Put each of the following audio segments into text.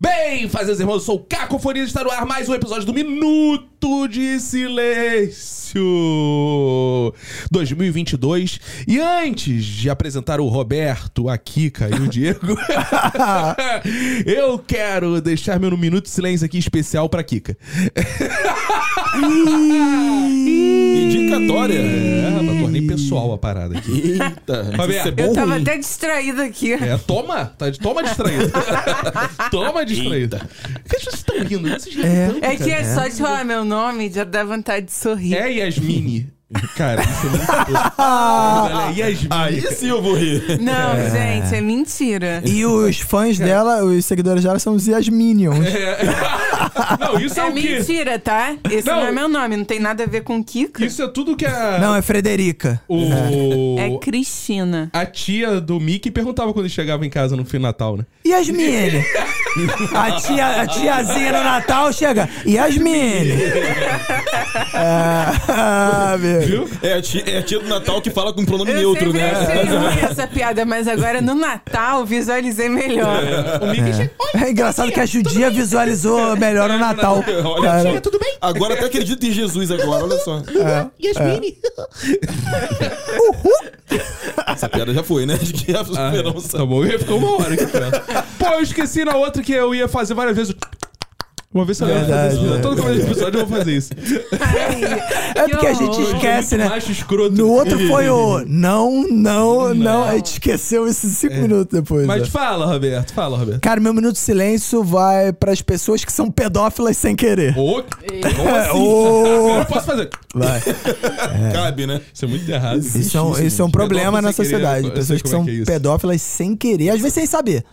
Bem, fazendo irmãos, eu sou o Cacofonia de estar no ar mais um episódio do Minuto de Silêncio 2022. E antes de apresentar o Roberto, a Kika e o Diego, eu quero deixar meu Minuto de Silêncio aqui especial pra Kika. Indicatória. É, mas tornei pessoal a parada aqui. Eita, Roberto, isso é bom Eu ou tava ruim? até distraída aqui. É, toma, tá, toma distraído. toma distraído. Por que vocês estão rindo? Vocês riem tanto, É que cara? é só de falar meu nome, já dá vontade de sorrir. É Yasmine. Cara, isso é muito tosco. Ela é Yasmine. Ah, Aí sim eu vou rir. Não, gente, é mentira. E os É. fãs dela, os seguidores dela, são os Yasminions. É. Não, isso é, É o quê? mentira, tá? Esse Não. não, é meu nome, não tem nada a ver com Kika. Isso é tudo que a. Não, é Frederica. o... É Cristina. A tia do Mickey perguntava quando ele chegava em casa no fim do Natal, né? Yasmine! A, tia, a tiazinha no Natal chega. Yasmine! ah, meu. É a, tia, é a tia do Natal que fala com pronome Eu neutro, sempre né? achei ruim essa piada, mas agora no Natal visualizei melhor. O Mickey chega. É engraçado que a judia visualizou melhor o Natal. Olha só. Oi, tudo bem? Agora até acredito em Jesus agora, olha só. Yasmine. Essa piada já foi, né? Acho que já Ah, é. superamos. Tá bom, ficou uma hora aqui perto. Pô, eu esqueci na outra que eu ia fazer várias vezes. Uma vez só eu ia fazer Verdade, é. isso. verdade. Todo começo de episódio eu vou fazer isso. Ai, É que porque a gente horror. esquece, né? Macho escroto. No outro foi o não, não, não. A gente esqueceu isso cinco É. minutos depois. né? Mas fala, Roberto. Fala, Roberto. Cara, meu minuto de silêncio vai pras pessoas que são pedófilas sem querer. Ô, como assim? É, Ô. Eu posso fazer. Vai. Cabe, né? Isso é muito errado. Isso é um, isso é um problema Pedófilo na sem querer, sociedade. eu sei Pessoas que como é são que é isso. pedófilas sem querer, às vezes sem saber.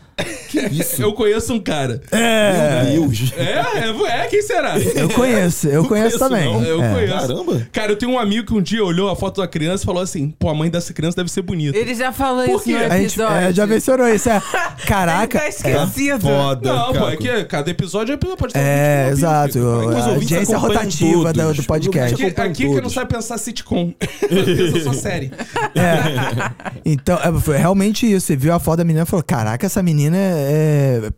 Isso. Eu conheço um cara. É. Meu Deus. É, é, é, quem será? Eu conheço, eu Não conheço conheço, também. não, Eu É. conheço. Caramba. Cara, eu tenho um amigo que um dia olhou a foto da criança e falou assim: pô, a mãe dessa criança deve ser bonita. Ele já falou Por isso quê? no A gente episódio. é, já mencionou isso. É. Caraca. Tá É, esquecido. Foda, Não, pô, é cara. que cada episódio é- pode ter um vídeo é, novo, exato. filho. Mas os A ouvintes audiência acompanham rotativa todos. do, do podcast. Aqui, Acompanham aqui é que não todos. sabe pensar sitcom. Pensa só série. É. Então, é, foi realmente isso. Você viu a foto da menina e falou: Caraca, essa menina é.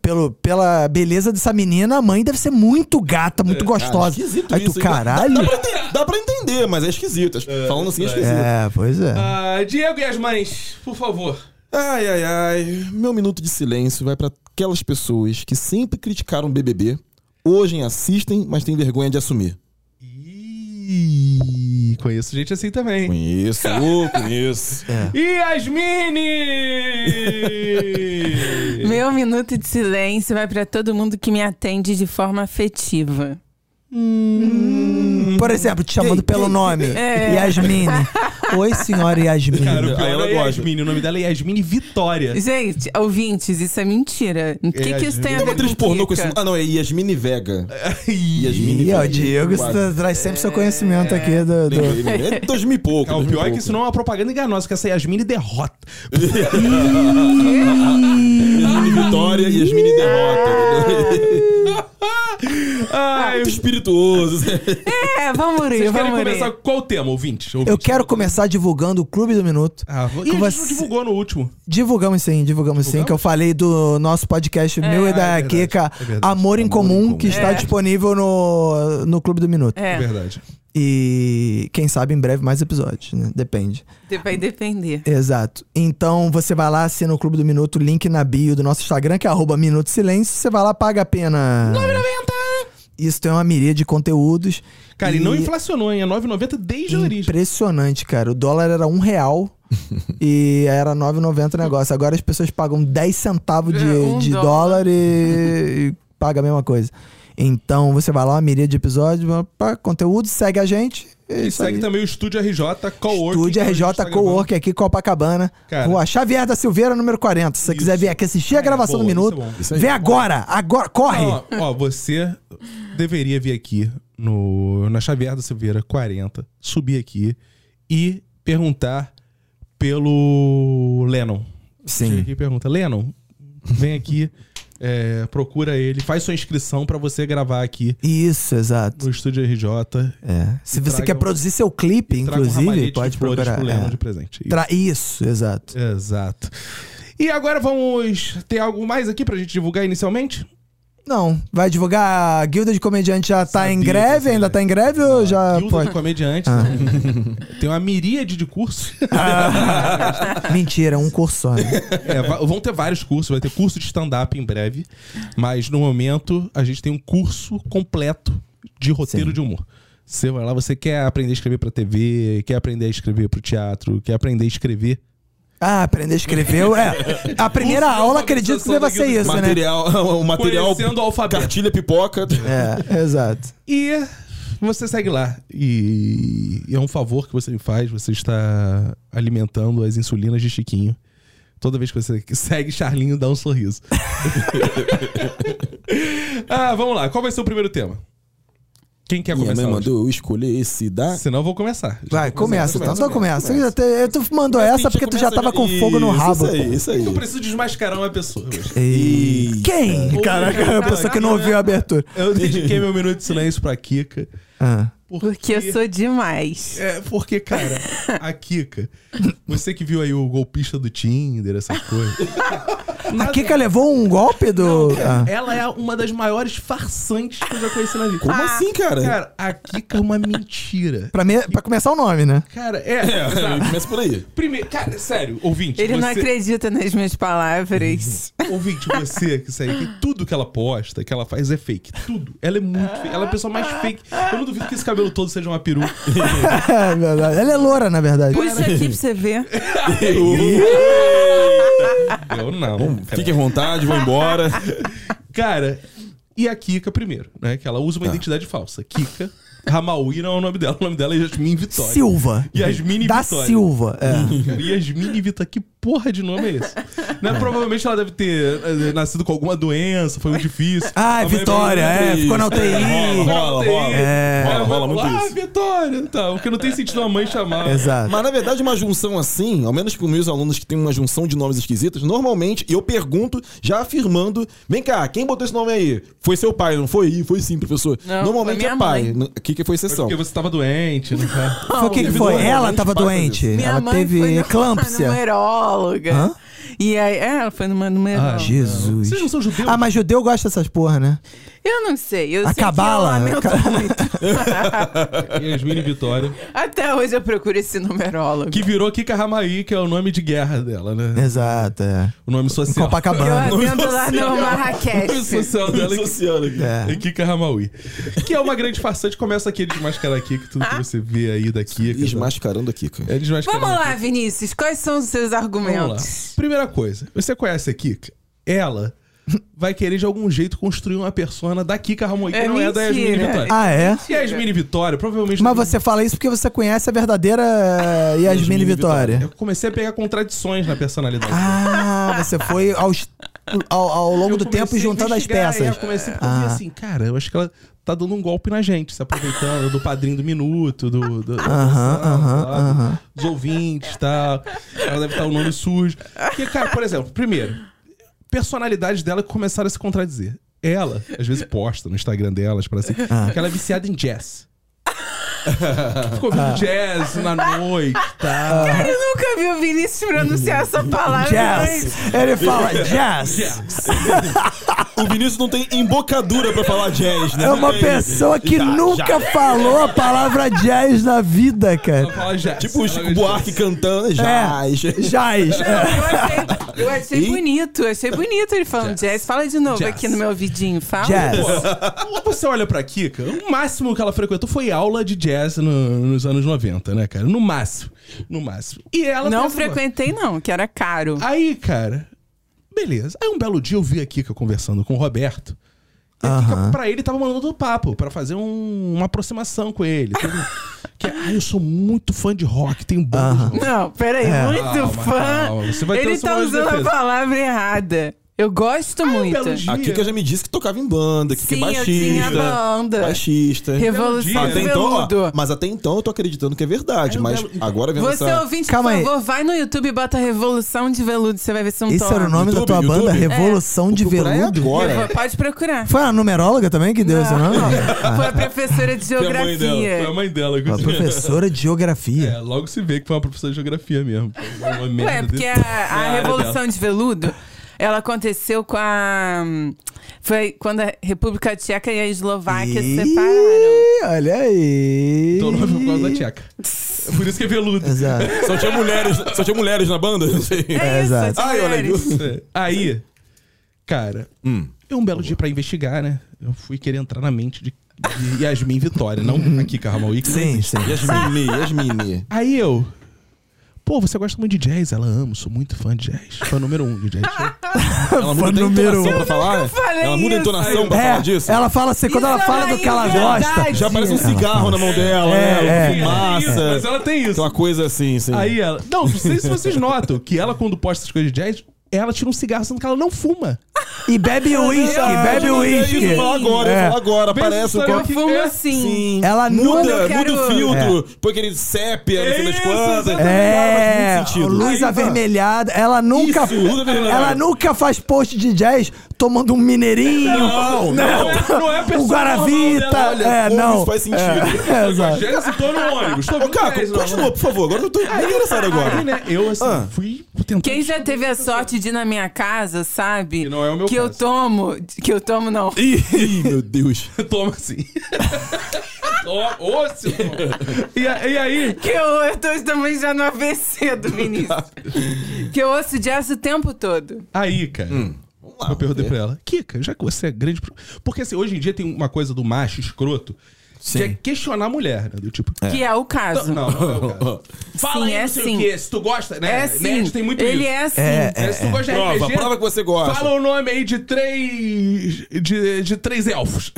Pelo, pela beleza dessa menina, a mãe deve ser muito gata, muito Cara, gostosa. esquisito Aí tu, isso. hein? caralho. Dá, dá, pra entender, dá pra entender, mas é esquisito. Falando assim é esquisito. É, pois é. Ah, Diego e as mães, por favor. Ai, ai, ai. Meu minuto de silêncio vai pra aquelas pessoas que sempre criticaram o BBB, hoje assistem, mas têm vergonha de assumir. Ih, conheço gente assim também. Conheço, ô, conheço. É. Yasmine! Meu minuto de silêncio vai pra todo mundo que me atende de forma afetiva. Por exemplo, te chamando pelo nome. É. Yasmine. Oi, senhora Yasmine. Cara, o pior Aí ela é gosta. Yasmine. O nome dela é Yasmine Vitória. Gente, ouvintes, isso é mentira. O que, que isso tem a Tem uma ver atriz com pornô com esse Kika? nome. Ah, não, é Yasmine Vega. Yasmine Ih, ó, Diego, você tá Quase. tra- traz sempre seu conhecimento aqui do. do- Lembrei, lembrei. É dois mil e pouco. Ah, o dois mil pior é que pouco. isso não é uma propaganda enganosa, que essa Yasmine derrota. Yasmine Vitória e Yasmine Derrota. Ai, Muito espirituoso. né? É, vamos rir, vocês querem vamos começar rir. com qual tema, ouvintes? Eu quero começar divulgando o Clube do Minuto. Ah, vou... Que Ih, a gente não você- divulgou no último. Divulgamos sim, divulgamos sim, que eu falei do nosso podcast meu e Ah, da é verdade, Kika, é verdade. Amor em Comum, que está É. disponível no, no Clube do Minuto. É É, verdade. E quem sabe em breve mais episódios, né? Depende. vai depender. Exato. Então você vai lá, assina o Clube do Minuto, link na bio do nosso Instagram, que é arroba Minuto Silêncio. Você vai lá, paga apenas. 9,90! Isso tem uma miríade de conteúdos. Cara, e, não inflacionou, inflacionou. hein? É 9,90 desde a origem. Impressionante, cara. O dólar era um real e era 9,90 o negócio. Agora as pessoas pagam 10 centavos de, É, um de dólar. dólar e, e paga a mesma coisa. Então você vai lá, uma miríade de episódios, pá, conteúdo, segue a gente. É E isso segue aí. também o Estúdio RJ Coworking. Estúdio que é onde a gente tá RJ gravando. Cowork aqui, Copacabana. Cara. Rua Xavier da Silveira, número 40. Se você quiser vir aqui assistir a é gravação boa, do isso é Minuto, bom. Isso aí. vem agora! Agora, corre! Ó, ó, você deveria vir aqui no, na Xavier da Silveira 40, subir aqui e perguntar pelo Lennon. Chega Sim. aqui e pergunta, Lennon, vem aqui, é, procura ele, faz sua inscrição pra você gravar aqui Isso, exato. no Estúdio RJ. É. Se E você traga quer um- produzir seu clipe, Traga um É, inclusive, ramalhete pode de flores procurar. pro Lennon é. de presente. Isso. Tra- Isso, exato. Exato. E agora vamos ter algo mais aqui pra gente divulgar inicialmente? Não. Vai divulgar a guilda de comediante já tá Sabia em que greve? essa Ainda ia- tá em greve ou já Guilda pode? Ah. de comediantes. né? Tem uma miríade de cursos. Mentira, um curso só. né? É, va- vão ter vários cursos, vai ter curso de stand-up em breve. Mas no momento a gente tem um curso completo de roteiro Sim. de humor. Você vai lá, você quer aprender a escrever pra TV, quer aprender a escrever pro teatro, quer aprender a escrever. Ah, aprender a escrever. É. A primeira Curso de aula, acredito que alfabetização deva da ser guilda. isso, né? material, o material Conhecendo o alfabeto. cartilha pipoca. É, exato. E você segue lá. E é um favor que você me faz, você está alimentando as insulinas de Chiquinho. Toda vez que você segue Charlinho, dá um sorriso. ah, vamos lá. Qual vai ser o primeiro tema? Quem quer Minha começar? mãe hoje? mandou eu escolher esse da Senão eu vou começar. Vai, começa, então. começa, Então começa. começa. Eu te- Tu mandou essa porque tu já tava com fogo no Isso, rabo. Isso aí, isso aí. Eu preciso desmascarar uma pessoa. hoje. Ei, Eita. Quem? Caraca, a pessoa que não ouviu a abertura. Eu dediquei meu minuto de silêncio pra Kika. Ah. Porque eu sou demais. É, porque, cara, a Kika, você que viu aí o golpista do Tinder, essas coisas. A Kika levou um golpe do. Ah. Ela é uma das maiores farsantes que eu já conheci na vida. Como assim, cara? Cara, a Kika é uma mentira. Pra, me- pra começar o nome, né? Cara, é. É, exato. começa por aí. Primeiro, cara, sério, ouvinte. Ele não você- acredita nas minhas palavras. Ouvinte, você que segue, que tudo que ela posta, que ela faz é fake. Tudo. Ela é muito fake. Ela é a pessoa mais fake. Eu não duvido que esse cabelo todo seja uma peruca. É verdade. Ela é loura, na verdade. Puxa aqui pra você ver. Eu não. cara. Fique à vontade, vou embora. Cara, e a Kika primeiro, né? Que ela usa uma identidade falsa. Kika Ramaui não é o nome dela. O nome dela é Jasmine Vitória. Silva. Yasmine da Vitória. Uhum. Silva. É. Cara, Yasmine e Vita, que porra de nome é esse? Né, Provavelmente ela deve ter eh, nascido com alguma doença, foi muito difícil. Ah, é A mãe Vitória, veio- é, isso. ficou na É, UTI. Rola, rola. É, Rola, rola muito ah, isso. Vitória! Tá, porque não tem sentido uma mãe chamar. Exato. Mas na verdade, uma junção assim, ao menos com meus alunos que tem uma junção de nomes esquisitos, normalmente eu pergunto, já afirmando: vem cá, quem botou esse nome aí? Foi seu pai, não foi? Ih, Foi sim, professor. Não, normalmente foi é minha pai. mãe. N- Aqui que foi exceção. Porque você tava doente, né? Foi o que, que Teve foi? doença, Ela gente, tava passa doente. disso. Minha Ela mãe foi Ah, teve numa eclâmpsia. numeróloga. Hã? E aí, é, ela foi numa numeróloga. Ah, Jesus. Vocês não são judeus? né? Ah, mas judeu gosta dessas porra, né? Eu não sei. Eu A sei que eu cabala? lamento Ca- muito. Yasmine Vitória. Até hoje eu procuro esse numerólogo. Que virou Kika Ramaí, que é o nome de guerra dela, né? Exato, é. O nome Em social. Eu Copacabana. atendo lá no O nome Marrakech. social dela é Associando aqui. É. É. Kika Ramaui. Que é uma grande farsante. Começa aqui a desmascarar a Kika, tudo que você vê aí da Kika. Desmascarando aqui, cara. É desmascarar. Vamos lá, Vinícius. Quais são os seus Vamos lá. argumentos? Primeira coisa, você conhece a Kika? Ela vai querer de algum jeito construir uma persona da Kika Ramon, que É não é da Yasmine mentira. Vitória. Ah, é? E a Yasmine Vitória, provavelmente. Mas você fala isso porque você conhece a verdadeira eh, Yasmine Yasmine Vitória. Eu comecei a pegar contradições na personalidade. Ah, você foi aos- ao, ao longo Eu do comecei tempo a juntando as investigar, peças. é, Eu comecei porque eu vi Ah. assim, cara, eu acho que ela tá dando um golpe na gente, se aproveitando do padrinho do minuto, do, do, da Aham, produção, aham, sei lá, do- aham. dos ouvintes e tal. Ela deve estar o nome sujo. Porque, cara, por exemplo, primeiro, personalidades dela começaram a se contradizer. Ela, às vezes, posta no Instagram delas para assim, Ah. que ela é viciada em jazz. Ficou Ah. ouvindo jazz na noite e tal. Cara, eu nunca vi o Vinícius pronunciar essa palavra. antes. Jazz. Ah, Ele fala jazz. É. O Vinícius não tem embocadura pra falar jazz, né? É uma pessoa que nunca falou a palavra jazz na vida, Ela cara. fala jazz. Tipo o Ela Chico gosta de Buarque cantando jazz. É, jazz. Eu achei, eu achei E? bonito, eu achei bonito ele falando jazz. Fala de novo Jazz. aqui no meu ouvidinho, fala. Jazz. Quando você olha pra Kika, o máximo que ela frequentou foi aula de jazz no- nos anos 90, né, cara? No máximo. No máximo. E ela. Não pensa, frequentei, não, que era caro. "Ué." Aí, cara, beleza. Aí um belo dia eu vi a Kika conversando com o Roberto. E a Kika, pra ele, tava mandando um papo, pra fazer um- uma aproximação com ele. Tudo. que, ah, eu sou muito fã de rock, tenho bom. de rock." Não, peraí, muito Calma, fã. calma, você vai ter ele os tá seus usando defesas. a palavra errada. Eu gosto muito. belo dia. A Kika já me disse que tocava em banda, que, que é Sim, eu tinha baixista. banda. Baixista. Revolução Belo Até dia. então, ó, Veludo. mas até então eu tô acreditando que é verdade. Aí o mas Belo- agora vendo Você essa... ouvinte, Calma por aí. favor, vai no YouTube e bota Revolução de Veludo, você vai ver se não Esse Então, toma. era o nome da YouTube, tua YouTube? banda? É. Revolução de Vou procurar Veludo? agora. Revo- Pode procurar. Foi a numeróloga também que deu esse nome? Ah. Foi a professora de a mãe dela, Foi geografia. a mãe dela que Uma eu professora de É, geografia. logo se vê que foi uma professora de geografia mesmo. Uma merda Ué, porque desse- a, a área Revolução de Veludo, ela aconteceu com a. hum, Foi quando a República Tcheca e a Eslováquia Ih, se Ah, separaram. Olha aí. Teu nome é por causa da tcheca. Por isso que é veludo. Exato. Só tinha mulheres, só tinha mulheres na banda? Não sei. É, exato. tinha Ai, olha, mulheres. viu? É. Aí, cara, Hum. é um belo dia pra investigar, né? Eu fui querer entrar na mente de, de Yasmin Vitória, não aqui, Carmauí. que não Sim, existe. sim. Yasmini, Yasmini. Aí eu. Pô, você gosta muito de jazz? Ela ama, sou muito fã de jazz. Fã número um de jazz. Ela muda até a número um. entonação pra falar? falei Ela muda a isso. entonação pra falar disso? É, ela fala assim, quando Isso ela é fala do que ela verdade. gosta. Já parece um Ela cigarro fala na mão assim. dela, É, né? é. Isso, mas Fumaça. ela tem isso. Aquela coisa assim, sim. Aí ela. Não, não sei se vocês notam que ela, quando posta essas coisas de jazz, ela tira um cigarro, sendo que ela não fuma. E bebe uísque, Ah, bebe É Eu ia falar uísque. agora, eu ia É. falar agora. Aparece o só copo. Eu fumo É, assim. Ela Quando eu Muda, nuda. quero- muda o filtro. Põe aquele sépia, não sei das Isso, quantas. É, Cara, faz muito sentido. luz Aí, tá. avermelhada. Ela nunca. Isso, luz avermelhada. ela nunca faz post de jazz tomando um mineirinho. Não, não. Não é a Um pessoa normal Guaravita. dela. olha, é, como não. isso faz sentido. É, é, exato. Jazz e tô no ônibus. Tô Ô, Caco, continua, por favor. Agora eu tô bem interessado Agora. agora. né, eu assim, Ah. fui tentando. Quem já teve a sorte de ir na minha casa, sabe? Que não é o meu Que eu caso. tomo. Que eu tomo, não. Ih, meu Deus. Toma assim. Toma. Ô, seu e, a- e aí? Que eu, eu tô também já no AVC do ministro. que eu ouço jazz o tempo todo. Aí, cara. Vamos lá. Eu perguntei vamos pra ver. ela, Kika, já que você é grande. pro- Porque assim, hoje em dia tem uma coisa do macho escroto Sim. que é questionar a mulher, né? Do tipo. Que é o caso. Não, não, não, cara. Sim, Fala aí, é não sei sim. o quê. Se tu gosta, né? É Nerd assim. tem muito Ele isso. é assim. É, é, É, se tu gosta de Prova, RPG, prova que você gosta. Fala o nome aí de três. de, de três elfos.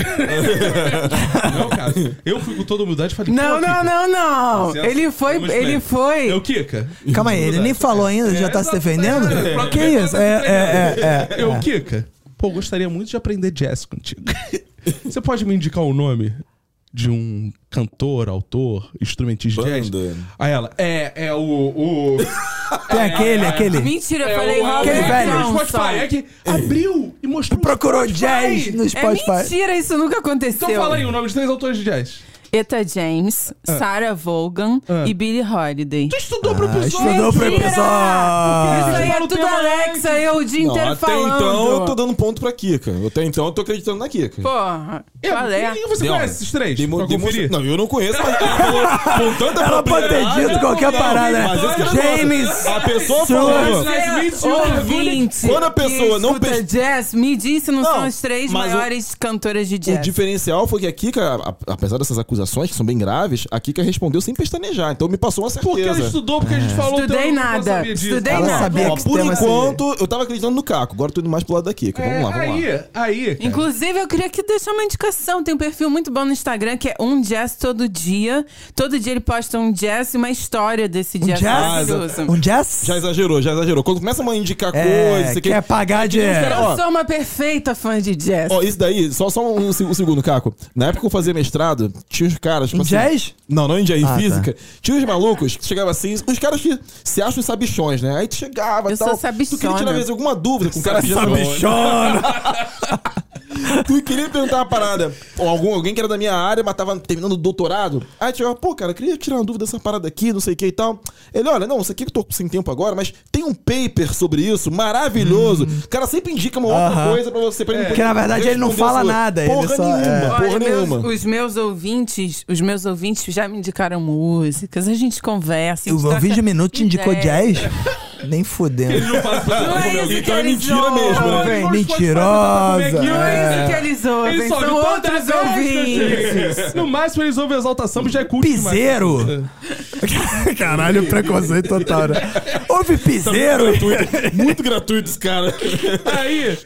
não, cara. Eu fui com toda humildade e falei. Não, "Pô, não, Kika, não, não. licença, Ele foi, vamos ele bem." foi. Eu, Kika. É, Calma aí, ele nem falou ainda, já tá se defendendo? Que isso? É, é, é, é. tá Eu, Kika, pô, eu gostaria muito de aprender jazz contigo. Você pode me indicar o nome de um cantor, autor, instrumentista de jazz? Banda. Aí ela, é, é o. o é Tem aquele, aquele. É Mentira, É eu falei o, Robert aquele velho. o Johnson. Spotify. É que abriu e mostrou. Procurou o Spotify. jazz no É Spotify. mentira, isso nunca aconteceu. Então fala aí o nome de três autores de jazz. Eta James, Ah. Sarah Vaughan Ah. e Billie Holiday. Tu estudou pro episódio? Ah, estudou pro Mentira! Eles episódio. Isso aí é falam tudo o tema Alexa, eu o dia Não, inteiro até falando. então eu tô dando ponto pra Kika. Até então eu tô acreditando na Kika. Porra, qual é? Quem você Demo- conhece esses três? demo- pra demo- conferir? Não, eu não conheço, mas ela falou com tanta Ela pode ter propriedade, dito ela qualquer falou, parada, né? mas esse que é o James negócio. A pessoa Stewart. falou. Você, é ouvinte, Quando a pessoa que não escuta pes- jazz, me diz se não, Não, são as três mas o- maiores cantoras de O jazz. diferencial foi que a Kika, a- apesar dessas acusações que são bem graves, a Kika respondeu sem pestanejar. Então me passou uma Porque ela certeza. estudou, porque a gente falou Estudei teu- eu não nada. sabia disso. Estudei Ela nada. sabia Ó, que por tema enquanto, eu tava acreditando no Caco. Agora eu tô indo mais pro lado da Kika. Vamos lá, É, vamos lá. aí, Aí, cara. Inclusive, eu queria aqui deixar uma indicação. Tem um perfil muito bom no Instagram que é Um Jazz Todo Dia. Todo dia ele posta um jazz e uma história desse jazz, Um jazz? é maravilhoso. Um jazz? Já exagerou, já exagerou. Quando começa a indicar coisa, É, você quer quer. pagar de... Cara, ó, Eu sou uma perfeita fã de jazz. Ó, isso daí, só, só um, se- um segundo, Caco. Na época que eu fazia mestrado, tinha os caras. Em tipo assim- jazz? não, não em jazz, em Ah, tá. física. Tinha os malucos que chegavam assim, os caras que se acham sabichões, né? Aí tu chegava Eu e tal. sou sabichona. Tu queria tirar às vezes, alguma dúvida com o cara que já Sabichona! Tu queria perguntar uma parada. Ou algum, alguém que era da minha área, mas tava terminando o doutorado. Aí chegava, pô, cara, eu queria tirar uma dúvida dessa parada aqui, não sei o que e tal. Ele, olha, não, isso aqui que eu tô sem tempo agora, mas tem um paper sobre isso, maravilhoso. O cara sempre indica uma outra Hum. Aham. É. coisa pra você. Pra ele Que, na verdade, ele não responder fala a sua- nada, ele Porra só- nenhuma, é. porra Olha, meus- nenhuma. os meus ouvintes, os meus ouvintes já me indicaram músicas, a gente conversa. a gente O troca vídeo minuto te indicou ideia. jazz? Nem fudendo. Não faz pra- Não é isso que Então é eles mentira ouvem. mesmo, né? Ele não Mentirosa. escolhe pra saber como é que Não é. é isso que eles ouvem, Eles são ouvem todas outros as ouvintes. músicas. No máximo eles ouvem Exalta Samba e já é culto demais. Piseiro? Caralho, preconceito total, né? Houve piseiro? Tá Muito gratuito esse cara. Aí,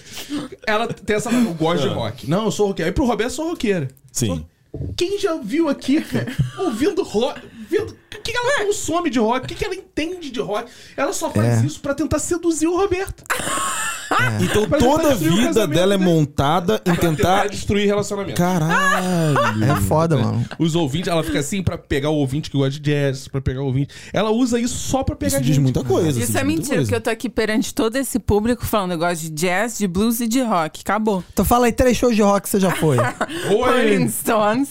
ela tem essa. Eu gosto de rock. Não, eu sou roqueiro. Aí pro Roberto, eu sou roqueira. Sim. Quem já viu aqui, cara, ouvindo rock? Vendo... O que que É. ela consome de rock? O que que ela entende de rock? Ela só faz É. isso pra tentar seduzir o Roberto. Então Pra toda a um destruir o vida casamento dela é né? dele. montada em tentar. Tentar Ah, destruir relacionamento. Caralho. É foda, mano. Os ouvintes, ela fica assim pra pegar o ouvinte que gosta de jazz, pra pegar o ouvinte. Ela usa isso só pra pegar Isso diz gente. muita coisa. isso Isso diz é muita mentira, coisa. porque eu tô aqui perante todo esse público falando eu gosto de jazz, de blues e de rock. Acabou. Então fala aí três shows de rock que você já foi. Oi. Rolling Stones,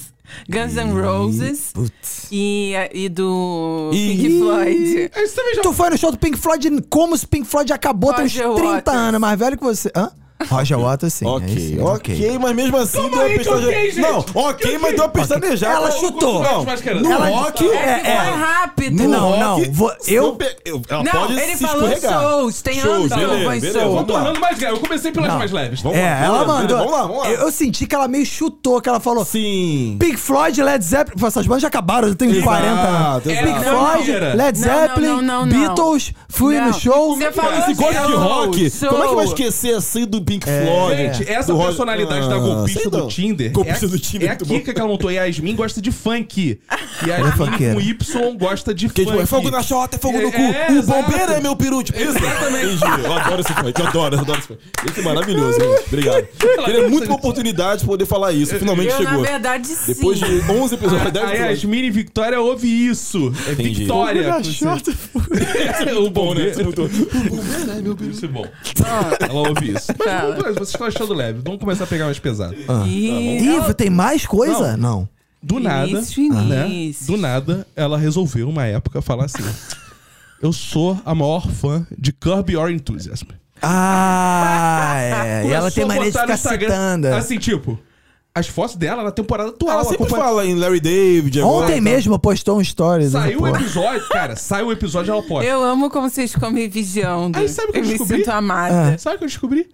Guns N' Roses Putz. e, e do Ih. Pink Floyd. Aí você também já Tu foi no show do Pink Floyd como se Pink Floyd acabou, tem uns Roger 30 Waters. anos mais velho que você. Hã? Roger Waters, sim. é ok, aí sim, é ok, mas mesmo assim deu uma aí que pestaneja- ok, gente? Não, ok, mas deu uma pestanejada. Ela chutou. Não, no Ela- rock. É, Foi rápido. No Não, rock, não, vou- se eu- pe- eu- ela Não, pode ele se falou escorregar. shows, tem Shows, andam, beleza, mas beleza, show. Vou vamos lá. tornando mais leve. Eu comecei pelas Não. mais leves. É, Vamos lá. ela vamos lá, mandou. vamos lá, vamos lá. Eu, eu senti que ela meio chutou, que ela falou. Sim. Pink Floyd, Led Zeppelin. Pô, Essas bandas já acabaram, já tem uns Exato, 40 anos. exato. Pink Não, Floyd, não. Led Não, não, Zeppelin, não, não, não. Beatles, fui Não. no show. Você falou Cara, se gosta de shows, rock, como é que vai shows. esquecer assim do Pink É. Floyd? Gente, essa Do rock- personalidade da Ah, golpista sei do não. Tinder. Golpista é, a- do Tinder, É a muito bom. Kika que ela montou. E a Yasmin gosta de funk. E a Ela é Yasmin funkeira. com Y gosta de Porque, funk. tipo, é fogo na chota, é fogo no É, cu. é, o exato. bombeiro é meu peru. Tipo, exatamente. Eu adoro esse funk, eu adoro, eu adoro esse funk. Esse é maravilhoso, gente. Obrigado. Queria muito uma oportunidade de poder falar isso. Finalmente Eu, na chegou. verdade, sim. Depois de 11 episódios, 10 A, a episódios. Yasmin e Victoria ouve isso. É Entendi. Victoria. Olha, com C. chata. o bom, né? Bombeiro é meu peru. Isso é bom. Ela ouve isso. Mas vamos pra- vocês estão achando leve. Vamos começar a pegar mais pesado. Ah. Ih, Ih, tem mais coisa? Não. Do nada, Vinícius, né? Vinícius. Do nada, ela resolveu, uma época, falar assim... Eu sou a maior fã de Curb Your Enthusiasm. Ah, é. E ela Começou tem a mania de botar no ficar Instagram, citando. Assim, tipo, as fotos dela na temporada atual. Ela sempre acompanha- fala em Larry David. agora, Ontem tá? mesmo postou um story. dessa Saiu é o porra. episódio, cara, saiu o episódio ela posta. Eu amo como vocês ficam me vigiando. Aí sabe o que eu me descobri? Ah, sinto amada. Sabe o que eu descobri?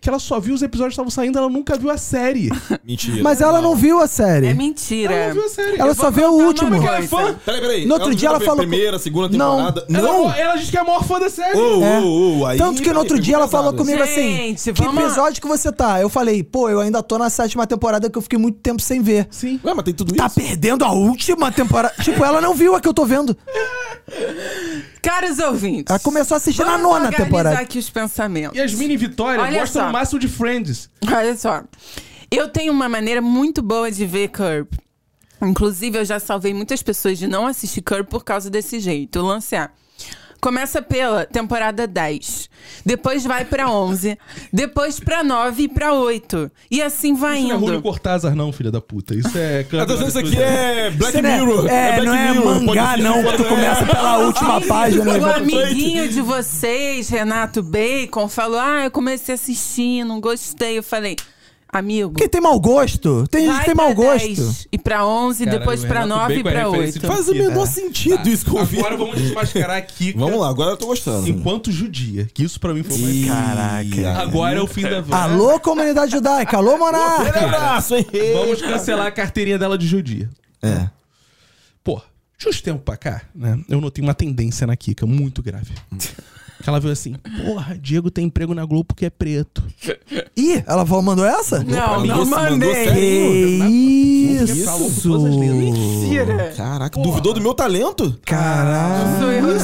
Que ela só viu os episódios que estavam saindo, ela nunca viu a série. Mentira. Mas ela não viu a série. É mentira. Ela não viu a série. Ela Ah, Eu só viu o último. uma ela é fã. Peraí, peraí. No outro dia ela viu a falou- Primeira, segunda Não. temporada. Ela, Não. ela diz que é a maior fã da série. Ô, É. ô, ô, Uh, aí- tá Tanto que no outro peraí, dia ela pesada. falou comigo Gente, assim: Que vamos lá." episódio que você tá? Eu falei, pô, eu ainda tô na sétima temporada que eu fiquei muito tempo sem ver. Sim. Ué, mas tem tudo Tá isso? perdendo a última temporada. tipo, ela não viu a que eu tô vendo. Caros ouvintes. Ela começou a assistir na vamos nona organizar temporada. aqui os pensamentos. Yasmin e Vitória Olha gostam só. no máximo de Friends. Olha só. Eu tenho uma maneira muito boa de ver Curb. Inclusive, eu já salvei muitas pessoas de não assistir Curb por causa desse jeito. Lancear. Começa pela temporada 10. Depois vai pra 11. Depois pra 9 e pra 8. E assim vai Isso não é Rúlio indo. Cortázar, não, filha da puta. Isso é. Ela tá dizendo isso aqui é Black Você não é- Mirror. É, Black não é Mirror, pode mangá, ser. não, que tu começa pela última página. O né? amiguinho de vocês, Renato Bacon, falou: Ah, eu comecei a assistir, não gostei. Eu falei, amigo. Porque tem mau gosto. Tem gente vai que tem pra mau gosto. 10 E pra 11, Caralho, depois o pra Renato 9 e Bacon é pra referência 8. de Faz o menor sentido isso que eu ouvi. Agora vamos desmascarar a Kika Vamos lá, agora eu tô gostando. enquanto judia. Que isso pra mim foi mais. Ih, Caraca. Agora é o fim da vida. Alô, comunidade judaica. Alô, Grande monarca. abraço, hein? Vamos cancelar a carteirinha dela de judia. É. Pô, de uns tempos pra cá, né? Eu notei uma tendência na Kika muito grave. Que ela viu assim, porra, Diego tem emprego na Globo porque é preto. Ih, ela falou- mandou essa? Não, Mandou- não mandou mandei. Que sério? Falou com isso. todas as letras. Mentira. Caraca, duvidou do meu talento? Caralho. Sou eu, não.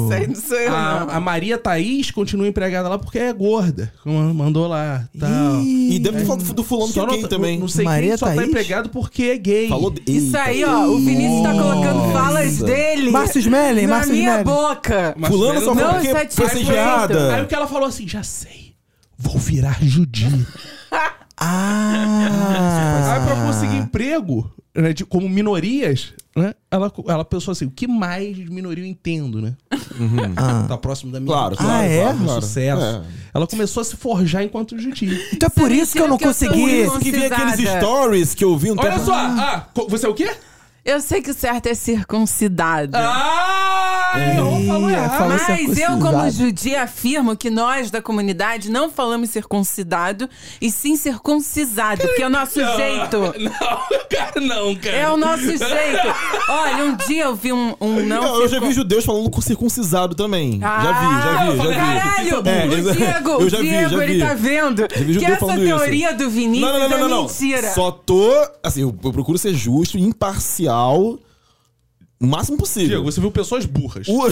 Isso aí não sou eu, A, Ah, não. a Maria Thaís continua empregada lá porque é gorda. Como Mandou lá. Tal. Ih, E deve ter falado do fulano que é Só gay não, também. Não sei Maria quem só tá Thaís? empregado porque é gay. Falou de... Isso Eita. aí, ó. O Vinícius tá colocando falas dele. Márcio Smelling, Na Márcio minha é Smelling. boca. Mas Fulano velho, só não, falou não, que isso é foi tipo- Aí o sediada. que ela falou assim, já sei. Vou virar judia. Ah. Aí pra conseguir emprego, né, de- como minorias, né? Ela, ela pensou assim, o que mais de minoria eu entendo, né? Ah. Tá próximo da minha Uhum. Claro, vida, claro. Ah, é? claro, do claro. sucesso. É. Ela começou a se forjar enquanto judia. Então é por isso que eu não que eu sou consegui. ruim. Que vi aqueles Circuncisada. stories que eu vi um Então- Olha tempo- só, ah, co- você é o quê? Eu sei que o certo é circuncidado. Ah, errou, falou Ih, errado. falou Mas eu, circuncisado. como judia, afirmo que nós da comunidade não falamos circuncidado e sim circuncisado, porque é o nosso Não, jeito. Não, cara, não, cara. É o nosso jeito. Olha, um dia eu vi um, um não. Não, eu já vi circun- judeus falando com circuncisado também. Ah, já vi, já vi, já vi. Caralho, É, o exa- Diego, o eu já vi, Diego, já ele vi. tá vendo vi que judeu essa falando isso. teoria do Vinícius Não, não, não, não, é não. mentira. Só tô. Assim, eu, eu procuro ser justo e imparcial o máximo possível. Diego, você viu pessoas burras. O-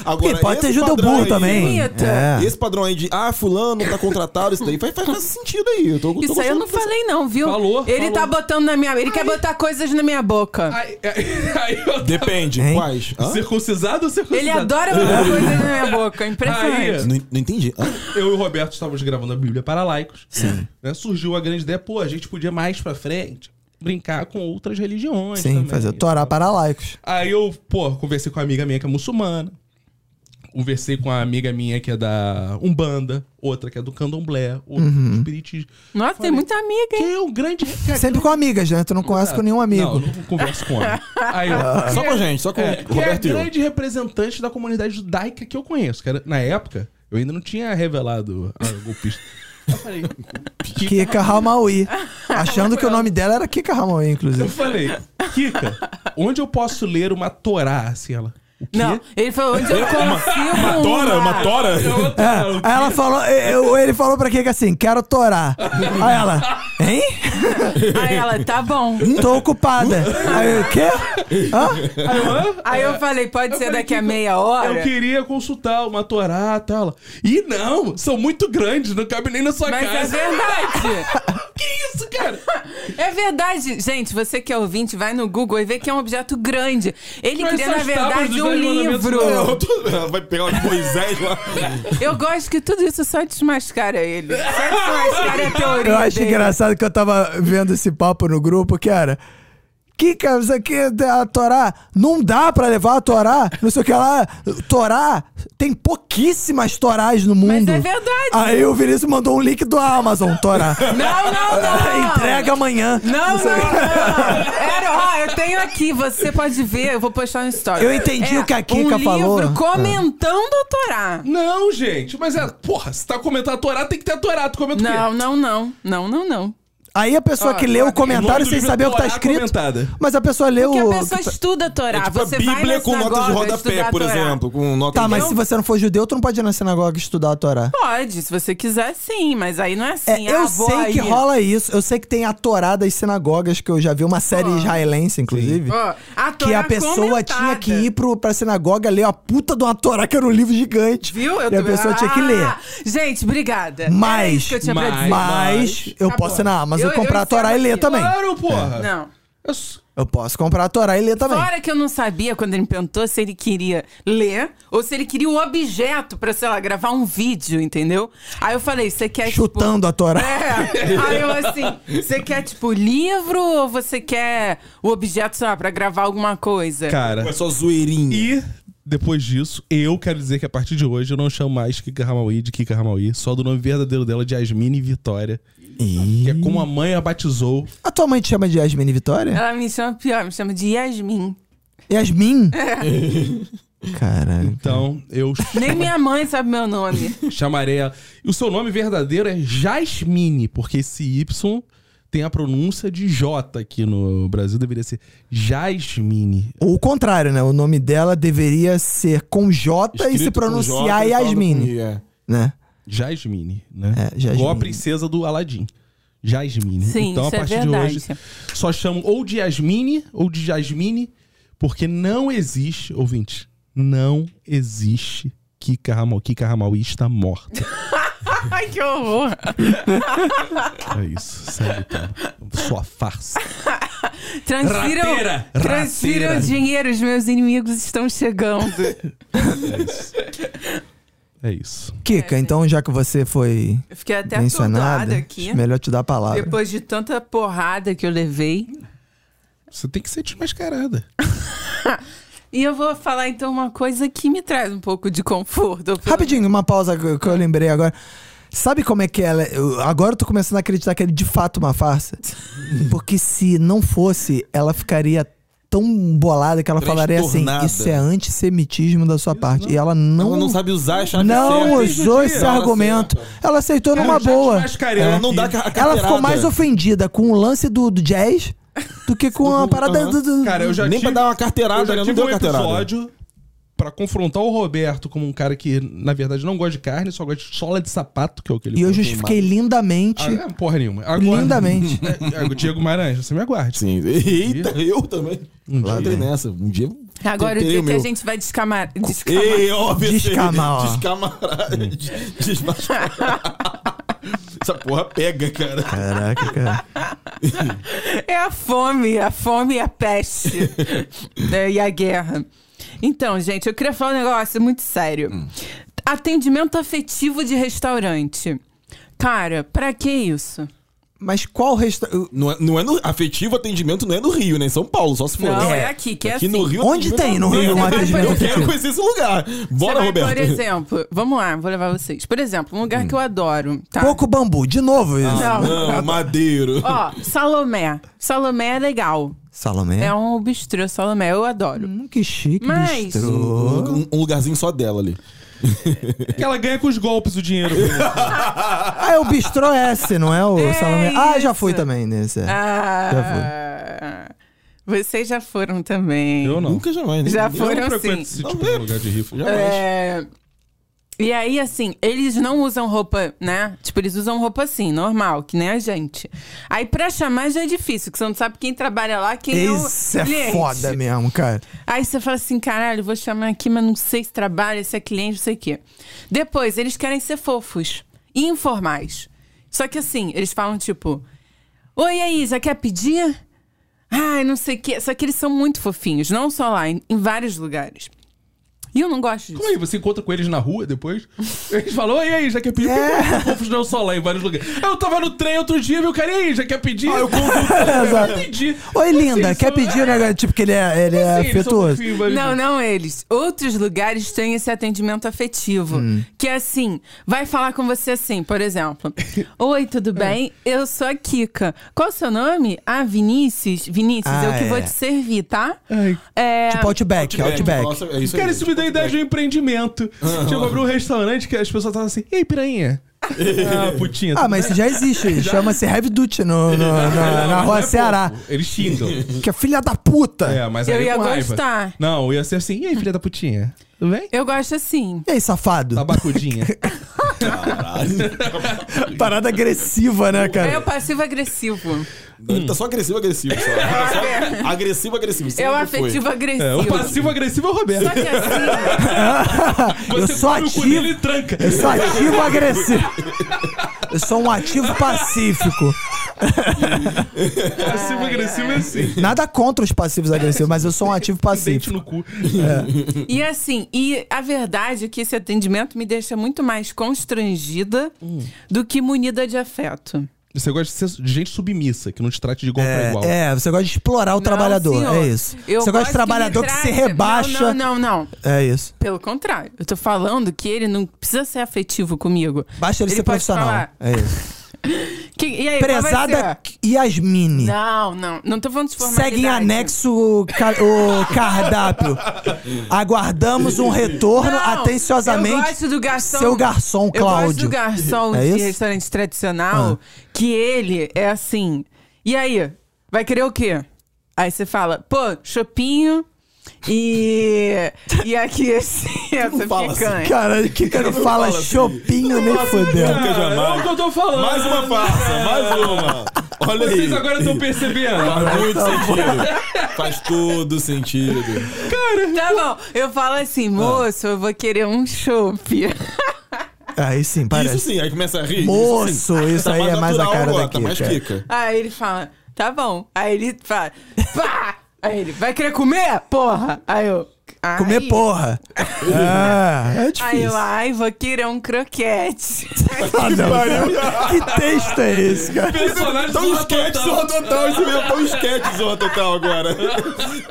Agora, Porque É. pode ter esse judeu padrão burro aí- também. Bonita. É. Esse padrão aí de, ah, fulano tá contratado, isso daí faz, faz, faz sentido aí. Eu tô, tô Isso aí eu gostando não dessa- falei, não, viu? Falou, Ele falou. tá botando na minha. Ele quer botar coisas na minha boca. Aí, aí- aí eu tava Depende, Hein? quais? Hã? circuncisado ou circuncisado? Ele adora botar coisas na minha boca. é Impressionante. Aí, Não, não entendi. Hã? eu e o Roberto estávamos gravando a Bíblia para laicos. Sim. Né? Surgiu a grande ideia, pô, a gente podia mais pra frente brincar com outras religiões. Sim, também. fazer Torá para laicos. Aí eu, pô, conversei com uma amiga minha que é muçulmana. Conversei com uma amiga minha que é da Umbanda, outra que é do Candomblé, outra do Espiritismo. Nossa, tem muita amiga, Que hein? é um grande. Sempre com amigas, né? Tu não conhece com nenhum amigo. Não, eu não converso com homem. Aí, ó. Só com a gente, só com É, o que é a Roberto e eu. grande representante da comunidade judaica que eu conheço. Que era- na época, eu ainda não tinha revelado a golpista. Eu falei, Kika. Kika Hamaui. Achando que o nome dela era Kika Hamaui, Eu inclusive. falei, Kika, onde eu posso ler uma Torá? Assim, ela. O quê? Não, ele falou, onde eu consigo uma? tora? Ah, É, aí ela falou, eu- ele falou pra Kika assim, quero torar. Aí ela, hein? Aí ela, tá bom. Tô ocupada. Aí eu, quê? Hã? Aí eu, "Hã?" Aí eu falei, pode ser falei, daqui a Kika, meia hora? Eu queria consultar uma Torá e tal. E não, são muito grandes, não cabe nem na sua Mas é casa. verdade. Que isso, cara? É verdade. Gente, você que é ouvinte, vai no Google e vê que é um objeto grande. Ele Mas queria, são na as tábuas verdade, dos um Dez Mandamentos livro. do É, Eu tô- Ela Vai pegar o Moisés lá. Eu gosto que tudo isso só desmascara ele. Só desmascara a teoria Eu acho dele. engraçado que eu tava vendo esse papo no grupo, que era... Kika, isso aqui é da Torá. Não dá pra levar a Torá. Não sei o que lá. Torá, tem pouquíssimas Torás no Mas mundo. é verdade. Aí o Vinícius mandou um link do Amazon, Torá. Não, não, não. Entrega amanhã. Não, não, sei o quê. não. Era, ó, eu tenho aqui, você pode ver, eu vou postar um story. Eu entendi o que a Kika um falou. livro comentando a Torá. Não, gente, mas é. Porra, se tá comentando a Torá, tem que ter a Torá. Tu comenta o quê? Não, não, não. Não, não, não. Aí a pessoa Ah, que lê o comentário nome do sem livro saber o que tá Torá escrito. comentada. Mas a pessoa lê Porque o. a pessoa estuda a Torá. É tipo a você vai Bíblia na com notas de sinagoga rodapé, estudar a por Torá. exemplo. Com notas Tá, mas de... se você não for judeu, tu não pode ir na sinagoga estudar a Torá. Pode, se você quiser, sim. Mas aí não é É, assim. eu ah, vou sei aí. que rola isso. Eu sei que tem a Torá das sinagogas, que eu já vi uma série israelense, inclusive. Ó, a Que Torá a pessoa comentada. tinha que ir pro, pra sinagoga ler a puta de uma Torá, que era um livro gigante. Viu? Eu e a tô- pessoa tinha que ler. Ah, Gente, obrigada. Era Mas- isso que eu tinha pra mas- dizer. Mas eu Tá posso ir na bom. Amazon Eu- eu comprar a Torá e encerro ler aqui. também. É. Claro, porra. Não. Eu s- Eu posso comprar a Torá e ler também. Fora que eu não sabia quando ele me perguntou se ele queria ler ou se ele queria o objeto pra, sei lá, gravar um vídeo, entendeu? Aí eu falei, você quer. Chutando a Torá. Tipo... É. Aí eu assim, você quer, tipo, livro ou você quer o objeto, sei lá, pra gravar alguma coisa? Cara. É só zoeirinha. E depois disso, eu quero dizer que a partir de hoje eu não chamo mais Kika Hamaui de Kika Hamaui, só do nome verdadeiro dela de Yasmine Vitória. Que é como a mãe a batizou. A tua mãe te chama de Yasmin e Vitória? Ela me chama pior, me chama de Yasmin. É. Yasmin? Caralho. Então, eu Nem minha mãe sabe meu nome. chamarei ela. E o seu nome verdadeiro é Jasmine, porque esse Y tem a pronúncia de J aqui no Brasil, deveria ser Jasmine. Ou o contrário, né? O nome dela deveria ser com J e se Escrito com pronunciar J e falado com Yasmin. I, é. Né? Jasmine, né? É, Jasmine. Igual a princesa do Aladim. Jasmine. Sim, então, isso a é partir verdade. de hoje, só chamo ou de Yasmine ou de Jasmine, porque não existe, ouvinte, não existe Kika Ramal. Kika Ramauí está morta. Ai, que horror. É isso, sério, cara. Sua farsa. Transfiram, Rateira, transfiram rateira. dinheiro, os meus inimigos estão chegando. É isso. É isso. Kika, então já que você foi Eu fiquei até atordoada mencionada, aqui. acho melhor te dar a palavra. Depois de tanta porrada que eu levei. Você tem que ser desmascarada. E eu vou falar então uma coisa que me traz um pouco de conforto. Rapidinho, uma pausa que que eu lembrei agora. Sabe como é que ela. eu- agora eu tô começando a acreditar que ela é de fato uma farsa. Porque se não fosse, ela ficaria tão bolada que ela falaria assim: Transtornada. Isso é antissemitismo da sua parte. E ela não. Ela não sabe usar a chave não certa. usou esse Ela argumento. aceita. Ela aceitou Cara, numa eu já boa. É. desmascarei, Ela não dá a Ela carteirada. ficou mais ofendida com o lance do, do jazz do que com a Do- parada aham. do. do- Cara, eu já Nem pra tive- dar uma Eu carteirada, já ela não tive deu um carteirada. episódio pra confrontar o Roberto como um cara que, na verdade, não gosta de carne, só gosta de sola de sapato, que é o que ele e eu põe. justifiquei lindamente. Ah, é, porra nenhuma. Agora, Lindamente. É, é, o Diego Maranja, você me aguarde. Sim. Eita, eu também. Um Lá dia. tem nessa. Um dia. Agora o terei dia que a meu. gente vai descamar. descamar. Ei, ó, pensei- Descamar, ó. Descamarada. des- desmascarada. Essa porra pega, cara. Caraca, cara. É a fome, a fome e a peste. né, e a guerra. Então, gente, eu queria falar um negócio muito sério. Hum. Atendimento afetivo de restaurante. Cara, pra que isso? Mas qual restaurante. Não é, não é no afetivo atendimento, não é no Rio, né? Em São Paulo, só se for. Não, é, É. aqui, que é Aqui assim. no Rio. Onde tem no Rio um atendimento Eu quero afetivo? conhecer esse lugar. Você Bora, vai, Roberto. Hum. Por exemplo, vamos lá, vou levar vocês. Por exemplo, um lugar que eu adoro. Tá? Ah. Coco Bambu, de novo isso. Não. Não, Madeiro. Ó, Salomé. Salomé é legal. Salomé. É um bistrô, Salomé, eu adoro. Hum, que chique, Mas- bistrô. Um, um lugarzinho só dela ali. Que ela ganha com os golpes o dinheiro. Ah, é o Bistrô S, não é o É Salomé? Ah, já fui isso. também nesse. é. Ah, vocês já foram também. Eu não. Nunca jamais, né? Já Eu- foram eu não sim. frequento esse tipo de lugar de rifa. Já Jamais. É, E aí, assim, eles não usam roupa, né? Tipo, eles usam roupa assim, normal, que nem a gente. Aí, pra chamar já é difícil, porque você não sabe quem trabalha lá, quem é o Isso é cliente. foda mesmo, cara. Aí você fala assim, caralho, vou chamar aqui, mas não sei se trabalha, se é cliente, não sei o quê. Depois, eles querem ser fofos e informais. Só que assim, eles falam tipo: Oi, aí, já quer pedir? Ai, não sei o quê. Só que eles são muito fofinhos, não só lá, em, em vários lugares. E eu não gosto disso. Como é aí? Você encontra com eles na rua depois? Eles falam, e aí, já quer pedir? Por que que os Fofos não só lá em vários lugares. Eu tava no trem outro dia, meu cara, e aí, já quer pedir? eu Exato. pedi. Oi, Assim, linda, são- quer pedir um negócio? Tipo, que ele é, ele é Sim, eles são afetuoso. fofinhos, mas- Não, não eles. Outros lugares têm esse atendimento afetivo. Que é assim, vai falar com você assim, por exemplo. Oi, tudo bem? Eu sou a Kika. Qual o seu nome? Ah, Vinícius. Vinícius, Ah, eu que vou é. te servir, tá? Ai. É... Tipo Outback, Outback. Nossa, é isso aí. Cara, isso me deu a ideia de um empreendimento. Chegou a abrir um restaurante que as pessoas estavam assim, ei, piranha. ah, putinha. Ah, tudo mas bem? isso já existe. Chama-se Heavy Duty no, no- na- na, Não, mas não rua é Ceará. fofo. Eles xingam. Que é filha da puta. É, mas Eu aí ia com raiva. gostar. Não, eu ia ser assim, e aí, filha da putinha? Tudo bem? Eu gosto assim. E aí, safado? Tá Tabacudinha. Parada agressiva, né, É o cara? passivo-agressivo. Ele tá só agressivo, agressivo. Só. tá Só agressivo, É agressivo. o sempre foi. afetivo-agressivo. É, o passivo-agressivo é o Roberto. Só que assim, Eu Você sou come o cu dele ativo. e tranca. Eu sou ativo agressivo. Eu sou um ativo pacífico. Passivo-agressivo é assim. Nada contra os passivos agressivos, mas eu sou um ativo Dente pacífico. no cu. e assim, e a verdade é que esse atendimento me deixa muito mais constrangida do que munida de afeto. Você gosta de ser de gente submissa, que não te trate de igual pra igual. É, é, você gosta de explorar o Não, trabalhador, senhor. é isso. Eu você gosto gosta de que trabalhador me que, se trate- rebaixa. Não, não, não, não. É isso. Pelo contrário. Eu tô falando que ele não precisa ser afetivo comigo. Basta ele, ser pode profissional. falar, É isso. "Que- e aí, qual vai Prezada ser?" Yasmine. Não, não. Não tô falando de formalidade. Segue em anexo o, ca- o cardápio. Aguardamos um retorno Não, atenciosamente. Eu gosto do garçom. Seu garçom, Eu Cláudio. gosto do garçom É de isso? Ah. restaurante tradicional, que ele é assim. E aí? Vai querer o quê? Aí você fala, pô, chopinho e. e aqui, assim, essa fala assim, picanha. Cara, que cara fala assim. chopinho nem fodendo. Nunca é o jamais. que eu tô falando. Mais uma farsa, mais uma. Olha Vocês aí. agora estão percebendo. Faz muito sentido. Faz todo sentido. Tá bom, eu falo assim, Ah. moço, eu vou querer um chopp. Aí sim, Isso parece. sim, aí começa a rir. Moço, isso aí é mais a natural cara agora, daqui, Tá mais cara. pica. Aí ele fala, tá bom. Aí ele fala, pá! Aí ele, vai querer comer? Porra! Aí eu. "Ai." Comer porra. Ah, é difícil. Aí eu, ai, vou querer um croquete. Ah, não. que texto é esse, cara? Personagem Tá do um esquete Total. Zorra Total, isso mesmo, tá um esquete Zorra Total agora.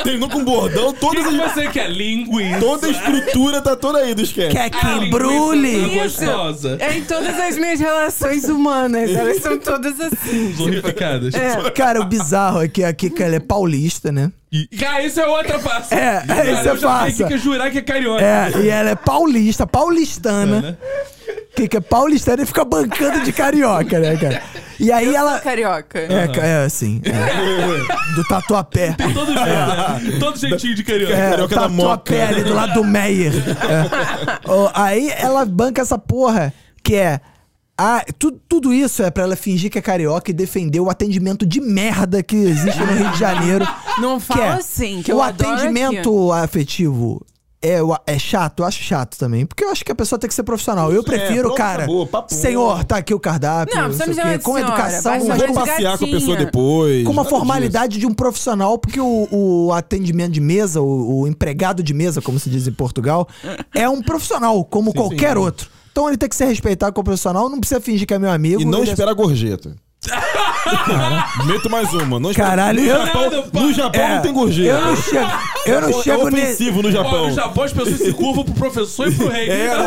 Terminou com um bordão, O que todas que é as- você quer? Linguiça. toda a estrutura tá toda aí do esquete. Quer Ah, linguiça que brule? Isso. Gostosa. É em todas as minhas relações humanas. Elas são todas assim. Zonificadas. É. Cara, o bizarro é que a Kika ela é paulista, né? E- Cara, isso é outra farsa. É, é, Cara, isso é eu já farsa. tenho que jurar que é carioca. É, e ela é paulista, paulistana. Kika é paulistana e fica bancando de carioca, né, cara? E aí ela. Carioca. É, ca- é assim. é. Do tatuapé. Todo jeito, né? Todo jeitinho de carioca. É, Carioca da Moca. tatuapé ali do lado do Meyer. É. Ó, Aí ela banca essa porra que é. Ah, tu- tudo isso é pra ela fingir que é carioca e defender o atendimento de merda que existe no Rio de Janeiro. Não Que é, fala assim, que eu o adoro atendimento afetivo é, o- é chato, eu acho chato também. Porque eu acho que a pessoa tem que ser profissional. Eu prefiro, pronto, cara. É, acabou, papo. Senhor, tá aqui o cardápio. Não, Não, sei precisa me o quê, chamar de com senhora, educação, vai mas chamar com Vamos de passear com a gatinha. pessoa depois. tá com uma nada disso. formalidade de um profissional, porque o, o atendimento de mesa, o, o empregado de mesa, como se diz em Portugal, é um profissional, como qualquer outro. Então ele tem que ser respeitado como profissional, não precisa fingir que é meu amigo. E não ele é- espera a gorjeta. Meto mais uma. Não espera- Caralho, no eu- Japão, no Japão É, não tem gorjeta. Eu não chego, eu não É chego nesse. ofensivo no Pô, Japão. no Japão as pessoas se curvam pro professor e pro rei. É, na, na-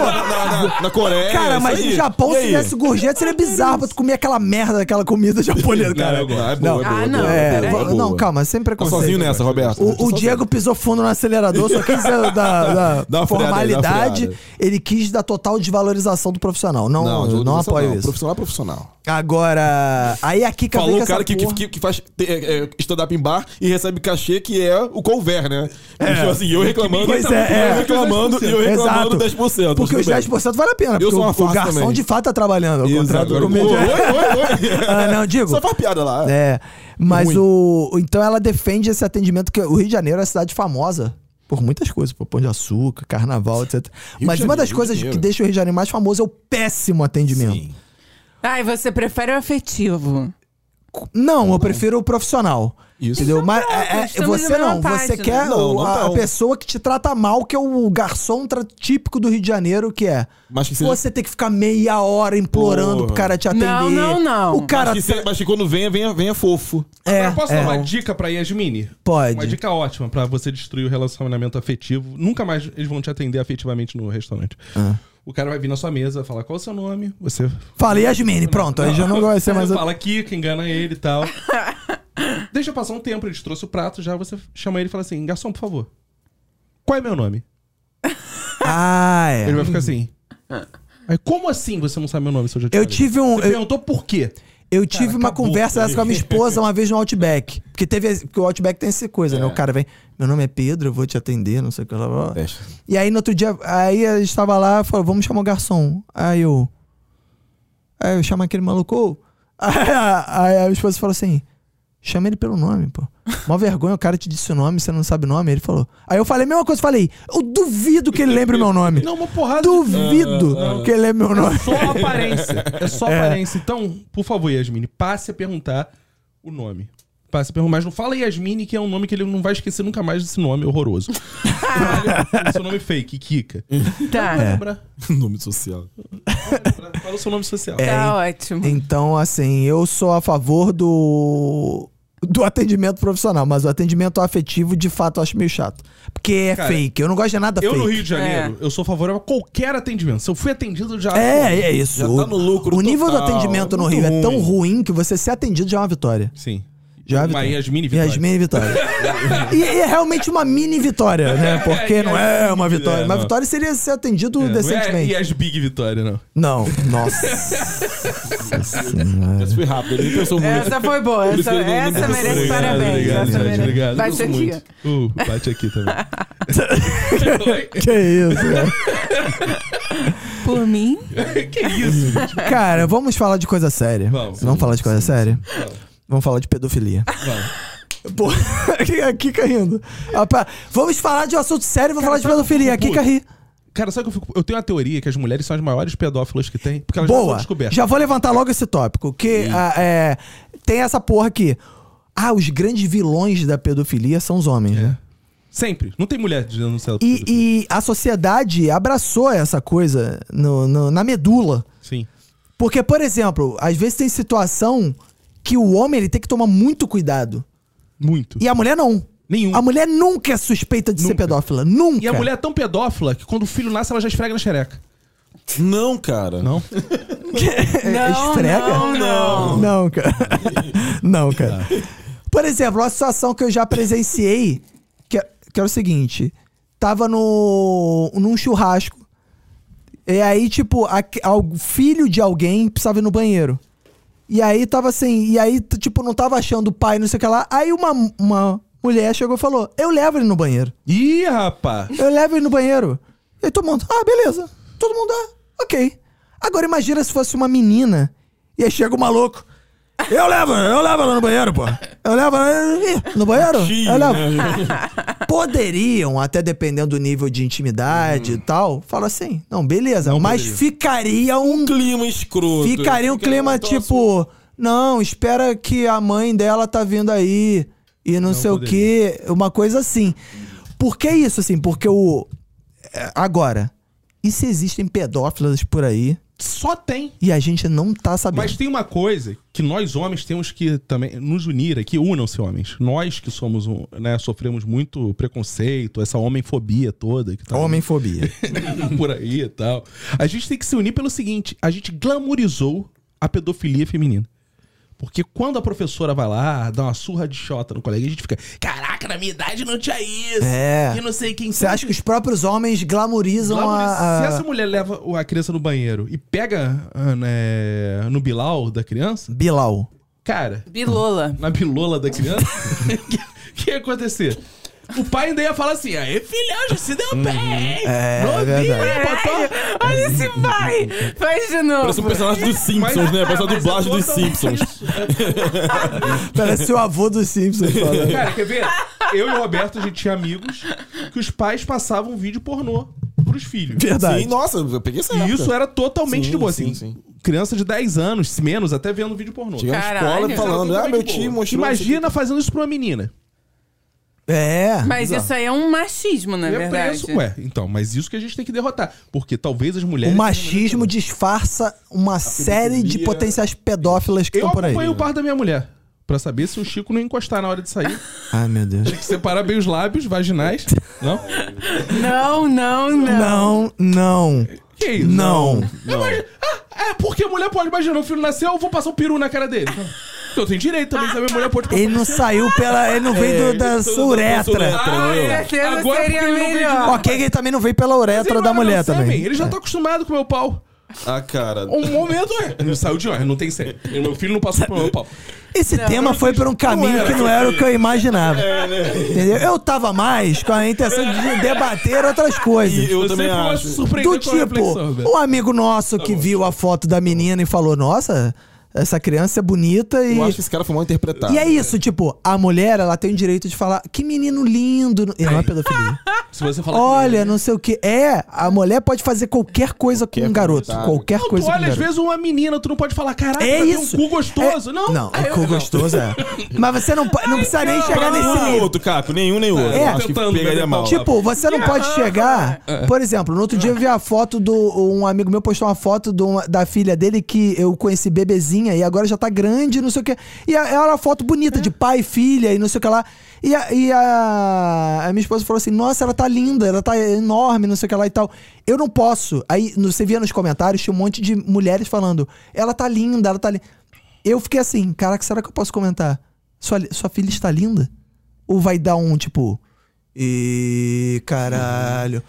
na- na Coreia. Cara, É isso mas aí. no Japão, E se aí? tivesse gorjeta, seria bizarro pra tu comer aquela merda daquela comida japonesa, Não, cara. é boa, Não. é boa, é boa, Ah, é boa, não, é É, boa, é va- boa. não, calma, sem Tá preconceito. sozinho nessa, Roberto. Tá O, o sozinho. Diego pisou fundo no acelerador, só quis eh, da, da- da Dá uma freada aí, dá uma formalidade. freada. ele quis da total desvalorização do profissional. Não, Não, é não, não apoio não. isso. Profissional é profissional. Agora, aí aqui que Falou o cara que, que, que- que faz te- é, é, stand-up em bar e recebe cachê que é o couvert, né? Tipo assim, eu reclamando, É. Pois é, eu é. reclamando e eu reclamando 10%. Porque os 10% vale a pena. porque sou o- uma o farsa garçom também. de fato tá trabalhando. Ao contrário do Oi, comediante. oi, oi. Ah, não, digo. Só faz piada lá. É. Mas Ruim. o. o- Então ela defende esse atendimento, que o Rio de Janeiro é uma cidade famosa por muitas coisas, por Pão de Açúcar, carnaval, etc. de Mas Janeiro, uma das Rio de coisas Janeiro. que deixa o Rio de Janeiro mais famoso é o péssimo atendimento. Sim. Ai, você prefere o afetivo. Não, eu prefiro o profissional. Isso. Entendeu? Mas tá, é- é- estamos na você mesma não, você página. quer Não, o- não a, tão. a pessoa que te trata mal, que é o garçom tra- típico do Rio de Janeiro, que é. Mas que seja- Você tem que ficar meia hora implorando Porra. pro cara te atender. Não, não, não. O cara. tá Mas, que se- mas que quando venha, venha, venha fofo. É, Eu posso é, dar uma dica pra Yasmini? Uma pode. dica ótima pra você destruir o relacionamento afetivo. Nunca mais eles vão te atender afetivamente no restaurante. Ah. O cara vai vir na sua mesa, falar qual é o seu nome, você Fala, Yasmine, "Ah, pronto, aí já não vai ser mais. fala aqui, que engana ele e tal. Deixa passar um tempo, ele te trouxe o prato, já você chama ele e fala assim: garçom, por favor. Qual é meu nome? Ah, é. Ele vai ficar assim. Aí, como assim você não sabe meu nome, se eu já te Eu falei?" tive um. Você eu- perguntou por quê? Eu tive uma conversa dessa com a minha esposa uma vez no Outback. Porque teve. Porque o Outback tem essa coisa, né? O cara vem, meu nome é Pedro, eu vou te atender, não sei o que lá. blá, blá." É. Teste. E aí no outro dia, aí a gente tava lá, falou, vamos chamar o garçom. Aí eu. Aí eu chamo aquele maluco. "Ô." Aí a, aí a minha esposa falou assim: chama ele pelo nome, pô. Mó vergonha, o cara te disse o nome, você não sabe o nome. Ele falou. Aí eu falei a mesma coisa, falei, eu duvido que ele lembre o meu nome. Não, uma porrada. de- Duvido que ele lembre meu nome. Só aparência. É só aparência. Então, por favor, Yasmine, passe a perguntar o nome. Passe a perguntar. Mas não fala Yasmine, que é um nome que ele não vai esquecer nunca mais desse nome horroroso. Caralho, seu nome fake, Kika. É. Tá, Lembra? Nome social. Fala- Fala o seu nome social. É. tá ótimo. Então, assim, eu sou a favor do do atendimento profissional, mas o atendimento afetivo, de fato, eu acho meio chato. Porque é Cara, fake, eu não gosto de nada Eu fake. no Rio de Janeiro, eu sou favorável a qualquer atendimento. Se eu fui atendido, eu já. É, é isso. Já tá no lucro o nível total, do atendimento no muito Rio ruim. é tão ruim que você ser atendido já é uma vitória. Sim. Já é uma Uma vitória. Yasmine Vitória. Yasmine Vitória. e, e é realmente uma mini vitória, né? Porque não é uma vitória. É, uma não. vitória seria ser atendido Não é decentemente. Yas Big Vitória, não. Não, nossa. Senhora. Essa foi rápido, ele pensou É. muito. Essa foi boa. Por Essa, isso que ele nem- essa nem merece pensou. é parabéns. Obrigado, essa obrigado, obrigado. merece. Bate aqui. Muito. Uh, bate aqui também. Oi? Que isso, cara. ó. Por mim. que é isso? gente? Cara, vamos falar de coisa séria. Vamos. Vamos, falar de coisa séria? Vamos falar de pedofilia. Vamos. Pô, a Kika rindo. Ah, pá, Vamos falar de um assunto sério, vamos falar de pedofilia. A fico Kika ri. tá Cara, sabe que eu fico. Eu tenho a teoria que as mulheres são as maiores pedófilas que tem, porque elas já são Boa. descobertas. Já vou levantar logo esse tópico. Que ah, é, tem essa porra aqui. Ah, os grandes vilões da pedofilia são os homens, né? Sempre. Não tem mulher denunciada por E, É, pedofilia. e a sociedade abraçou essa coisa no- no- na medula. Sim. Porque, por exemplo, às vezes tem situação que o homem ele tem que tomar muito cuidado. Muito. E a mulher não. Nenhum. A mulher nunca é suspeita de ser Nunca. pedófila. Nunca. E a mulher é tão pedófila que quando o filho nasce, ela já esfrega na xereca. Não, cara. Não? Não, esfrega? não, É, não. Não, cara. não, cara. Por exemplo, uma situação que eu já presenciei, que, que era o seguinte. Tava no, num churrasco. E aí, tipo, a, o filho de alguém precisava ir no banheiro. E aí tava assim, e aí, t- tipo, não tava achando o pai, não sei o que lá. Aí uma, uma mulher chegou e falou: Eu levo ele no banheiro. Ih, rapaz! Eu levo ele no banheiro. E todo mundo, ah, beleza. Todo mundo, ah, ok. Agora imagina se fosse uma menina. E aí chega o maluco. Eu levo, eu levo ela no banheiro, pô. Eu levo ela Ih, né? no banheiro? Eu levo. Poderiam, até dependendo do nível de intimidade e tal, falar assim, não, beleza. mas ficaria um. Clima escroto. Ficaria um clima tipo. Não, espera que a mãe dela tá vindo aí. E não, sei o quê. Uma coisa assim. Por que isso, assim? Porque o. é, Agora, e se existem pedófilas por aí Só tem. E a gente não tá sabendo. Mas tem uma coisa que nós homens temos que também nos unir aqui, unam-se homens. Nós que somos, um- né, sofremos muito preconceito, essa homemfobia toda que tá Homemfobia. por aí e tal. A gente tem que se unir pelo seguinte, a gente glamorizou a pedofilia feminina. Porque quando a professora vai lá, dá uma surra de chota no colega, a gente fica, caraca, na minha idade não tinha isso. É. E não sei quem Você acha que os próprios homens glamorizam a. Se a- essa mulher leva o- a criança no banheiro e pega ah, né, no bilau da criança, Bilal. cara, Bilola. na bilola da criança, o que, que ia acontecer? O pai ainda ia falar assim, aí filhão, já se deu bem. Uhum. É, novinho, verdade. hein, botou- Ai, olha esse vai! Faz de Parece um novo. personagem dos Simpsons, né? Parece a mas tá- dublagem eu dos vou totalmente Simpsons. isso. Parece o avô dos Simpsons falando. Cara, quer ver? Eu e o Roberto, a gente tinha amigos que os pais passavam vídeo pornô pros filhos. Verdade. Sim, nossa, eu peguei essa E época. isso era totalmente Sim, de boa, sim, assim. sim. Criança de 10 anos, se menos, até vendo vídeo pornô. Chegando na escola Caralho. e falando, ah, meu Totalmente de tio boa. mostrou... Imagina fazendo isso pra uma menina. É. Mas bizarro. isso aí é um machismo, na E é verdade. preso, ué. Então, mas isso que a gente tem que derrotar. Porque talvez as mulheres. O machismo disfarça uma série de potenciais pedófilas que Eu estão por aí. acompanho né? o par da minha mulher. Pra saber se o Chico não encostar na hora de sair. Ai, meu Deus. Tem que separar bem os lábios vaginais. Não? Não, não, não. Não, não, Que isso? não. Imagina- Ah, é porque a mulher pode imaginar, o filho nasceu, eu vou passar o peru na cara dele. Eu tenho direito também, se a minha mulher pode passar. Ele não saiu pela. Ele não veio do- da todo- uretra. uretra. Com Ah, certeza é. Agora, porque seria ele não vem de melhor. Ok, que ele também não veio pela uretra Mas da ele não mulher nasceu, bem, também. Ele já tá acostumado com o meu pau. Ah, cara... Um momento, é. Ele saiu de onde? Não tem sério. Meu filho não passou pelo meu pau. Esse tema foi por um caminho que não era o que eu imaginava. É. né? Entendeu? Eu tava mais com a intenção de debater outras coisas. Eu Você também foi uma acho. surpreendente Do com a reflexão, tipo, Roberto. um amigo nosso que viu a foto da menina e falou: Nossa, essa criança é bonita e. Eu acho que esse cara foi mal interpretado. E é isso, tipo, a mulher, ela tem o direito de falar: Que menino lindo. E não é pedofilia. Se você falar. Olha, não sei o que. É, a mulher pode fazer qualquer coisa com um garoto. comentário. Qualquer Não, tu coisa com um olha, às garoto. vezes uma menina, tu não pode falar, caraca, É tem isso. um cu gostoso. É- Não, Não, Aí é eu- cu gostoso, é. Mas você não, po- não precisa nem chegar Não, nesse não, nível. outro, Caco. Nenhum, nem outro. É. acho que Tentando, pegaria né, mal. Tipo, você não pode chegar. Por exemplo, no outro dia eu vi a foto do. Um amigo meu postou uma foto de uma- da filha dele que eu conheci bebezinha e agora já tá grande, não sei o quê. E a- era uma foto bonita de pai, e filha e não sei o que lá. E, a, e a- a minha esposa falou assim: Nossa, ela tá linda, ela tá enorme, não sei o que lá e tal. Eu não posso. Aí no- você via nos comentários, tinha um monte de mulheres falando: Ela tá linda, ela tá linda. Eu fiquei assim: Caraca, será que eu posso comentar? Sua, li- sua filha está linda? Ou vai dar um tipo. E caralho.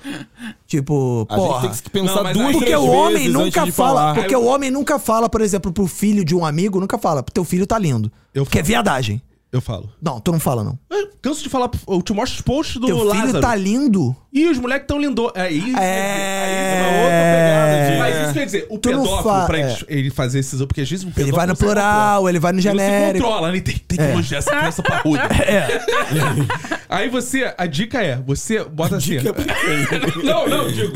Tipo, A porra. gente tem que pensar Não, mas duas, aí- Porque três o homem vezes antes nunca de fala. falar. Porque o homem nunca fala, por exemplo, pro filho de um amigo, nunca fala, teu filho tá lindo. Eu Porque é falo. viadagem. Eu falo. Não, tu não fala, não. Eu canso de falar, eu te mostro os posts do teu filho Lázaro. tá lindo. Ih, os moleques tão lindou. É isso. É. Aí, uma outra pegada de- É. Mas isso quer dizer, o Tu não pedófilo, fa- pra é. ele, ele fazer esses. Porque às vezes o Ele pedófilo vai no não se controla. plural, ele vai no Ele não se genérico. É. controla, né? ele tem, tem que elogiar essa criança parruda. Aí você, a dica é, você bota assim. é não, não, digo.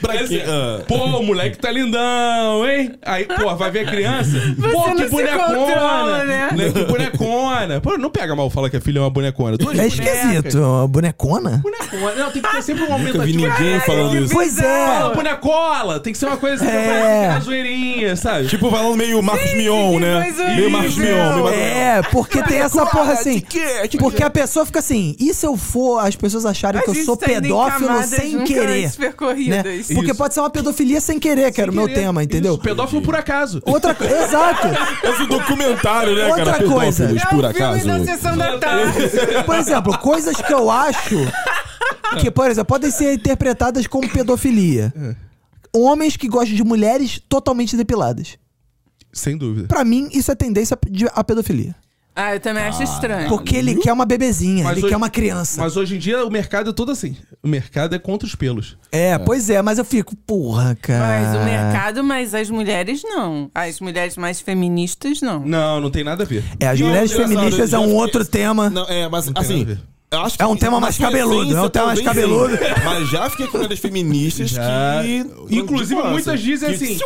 Pra Aí quê? você, Ah. Pô, o moleque tá lindão, hein? Aí, pô, vai ver a criança. pô, não que se bonecona! controla, né? Que bonecona! Pô, não pega mal falar que a filha é uma bonecona. Duas É bonecas. esquisito. Bonecona? Bonecona. Não, tem que ter sempre um aumento Nunca vi ninguém falando isso. Pois Fala, é. bonecola! Tipo, né, Tem que ser uma coisa assim, É. é. uma zoeirinha, sabe? Tipo, falando meio Marcos Mion, né? coisa horrível. Meio Marcos Mion. meio Marcos- É, porque tem essa porra assim. Porque a pessoa fica assim, e se eu for as pessoas acharem que eu gente sou tá indo em pedófilo camadas sem nunca querer? antes percorridas. né? Porque é Isso. pode ser uma pedofilia sem querer, que era o meu Querer- tema, entendeu? Isso, pedófilo por acaso. Outra co- Exato. Esse documentário, né, Outra cara? coisa. um Pedófilos, É por o acaso. filme da sessão da tarde. Por exemplo, coisas que eu acho que, por exemplo, podem ser interpretadas como pedofilia. Homens que gostam de mulheres totalmente depiladas. Sem dúvida. Pra mim, isso é tendência de- à pedofilia. Ah, eu também acho estranho. Porque ele quer uma bebezinha, Mas ele hoje- quer uma criança. Mas hoje em dia o mercado é todo assim. O mercado é contra os pelos. É, pois é, mas eu fico, porra, cara. Mas Ah. o mercado, mas as mulheres não. As mulheres mais feministas, não. Não, não tem nada a ver. É, as E mulheres outra- feministas é Eu um fiquei- outro tema. Não, é, mas tem assim. nada a ver. eu acho É um que- tema na mais sua cabeludo, essência, é um tema mais talvez, cabeludo. sim. Mas já fiquei com mulheres feministas Já. que. Inclusive, Nossa, assim. muitas dizem que- assim,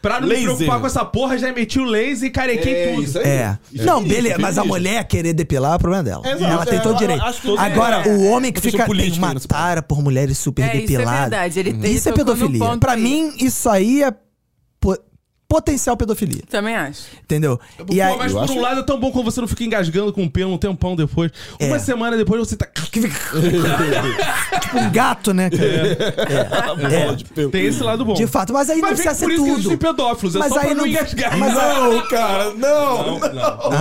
Pra não me Laser. preocupar com essa porra, já meti o laser e carequei É, tudo. isso aí. É. Isso Não, aí, beleza, isso mas a aí. mulher querer depilar é o problema dela. Exato, Ela tem é, todo eu direito. acho que todo- Agora, é, o homem que Uma questão fica tem política uma nesse ponto. tara por mulheres super É, isso é depiladas. verdade, ele- ele Isso é tocou no pedofilia. ponto Pra aí. mim, isso aí é po- potencial pedofilia, Também acho. entendeu? Pô, E aí, mas eu por acho- um lado é tão bom quando você não fica engasgando com o pelo um tempão depois. É. Uma semana depois você tá. tipo um gato, né, É, cara? Bola de pelo. Tem esse lado bom. De fato, mas aí não Mas vem precisa que por ser isso que existem tudo. pedófilos, é Mas só aí pra não não- engasgar. mas aí- Não, cara, não, não. não.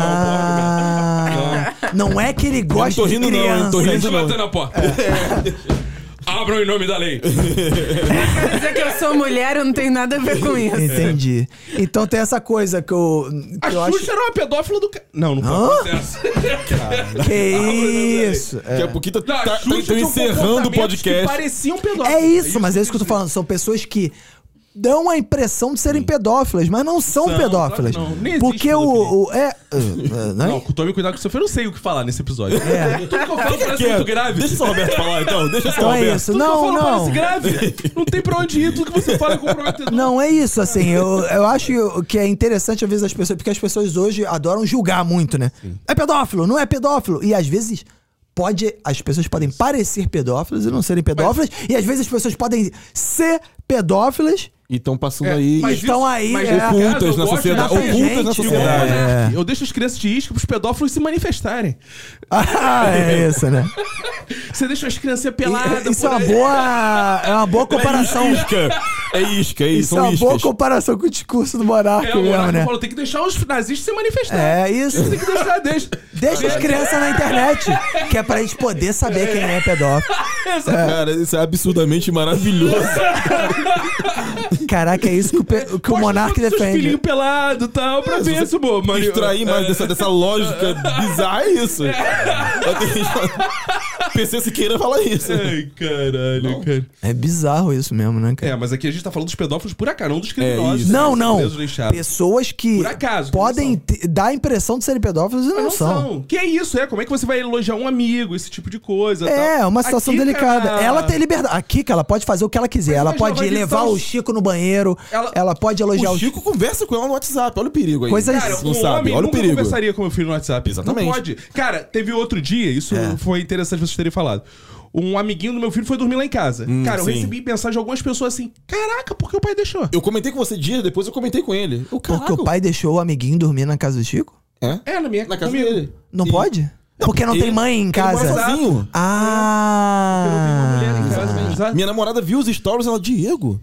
Ah, não é que ele não gosta tô de rindo, não, eu não tô criança. rindo. não. a porta. Abram em nome da lei. Quer dizer é que eu sou mulher, eu não tenho nada a ver com isso. Entendi. Então tem essa coisa que eu, A que eu Xuxa acho. era uma pedófila do. ca- Não, não pode ser. Que isso? Daqui É. a pouquinho tá, Não, a tá, tá, Xuxa tá tinha um encerrando o comportamento Que podcast. parecia um pedófilo. É isso, mas é isso que eu tô falando. São pessoas que dão a impressão de serem pedófilas, mas não são, São, pedófilas. claro que não. Nem existe Porque o, o- É. uh, uh, não é? Não, tome cuidado com o seu filho. Eu não sei o que falar nesse episódio. É. Tudo que eu falo parece Quer? muito grave. Deixa o São Roberto falar então, deixa o São Não é Roberto. isso. Tudo que Não, eu falo parece não. grave. Não tem pra onde ir. Tudo que você fala é comprometedor. Não é isso, assim. Eu, eu acho que é interessante, às vezes, as pessoas. Porque as pessoas hoje adoram julgar muito, né? É pedófilo, não é pedófilo. E às vezes. Pode, as pessoas podem parecer pedófilas e não serem pedófilas, e às vezes as pessoas podem ser pedófilas E estão passando É, aí. mas Estão aí, mas é. nesse caso, Ocultas eu na gosto sociedade, dessa ocultas gente na que sociedade. gosta, né? É. Eu deixo as crianças de isca pros pedófilos se manifestarem. Ah, é isso, né? Você deixa as crianças E- peladas. isso é por uma aí. boa. É uma boa comparação. É isca. É isca, é isso. Isso é uma São boa iscas. comparação com o discurso do É, monarca o mesmo, Morato né? falou, tem que deixar os nazistas se manifestarem. É isso. Tem que deixar, deixa. Deixa as crianças na internet, que é pra gente poder saber quem é pedófilo. Cara, isso é absurdamente maravilhoso. Caraca, é isso que o, pe- que o Mostra monarca todos os seus defende. filhinhos pelado e tal, pra É, ver se isso, pô. Mas, Extrair mais dessa, dessa lógica bizarra é isso. PC Siqueira fala isso. Ai, caralho, cara. É bizarro isso mesmo, né, cara? É, mas aqui a gente tá falando dos pedófilos por acaso, não dos criminosos. É né? isso. Não, não. Presos lixados. Pessoas que Por acaso, que podem não te- dar a impressão de serem pedófilos e não, Mas não são. são. Que é isso, é? Como é que você vai elogiar um amigo, esse tipo de coisa? É, é tal? uma situação Aqui, delicada. cara, Ela tem liberdade. Aqui, que ela pode fazer o que ela quiser. Mas Ela ela já pode vai levar listar o os- Chico no banheiro. Ela, Ela- pode elogiar O o Chico. Chico conversa com ela no WhatsApp, olha o perigo aí. Coisas- Cara, não um sabe, homem olha o nunca perigo. conversaria com meu filho no WhatsApp. Exatamente. É. Não pode. Cara, teve outro dia, isso foi interessante vocês terem falado. Um amiguinho do meu filho foi dormir lá em casa. Cara, eu Hum, sim. recebi mensagem de algumas pessoas assim: Caraca, por que o pai deixou? Eu comentei com você dias depois, eu comentei com ele. O Porque caraca, o pai deixou o amiguinho dormir na casa do Chico? É? É, na minha Na casa comigo. dele. Não E- pode? Porque não ele- tem mãe em ele mora casa. sozinho. Eu vi uma mulher Ah. em casa, né? mas- Minha namorada viu os stories, ela, Diego,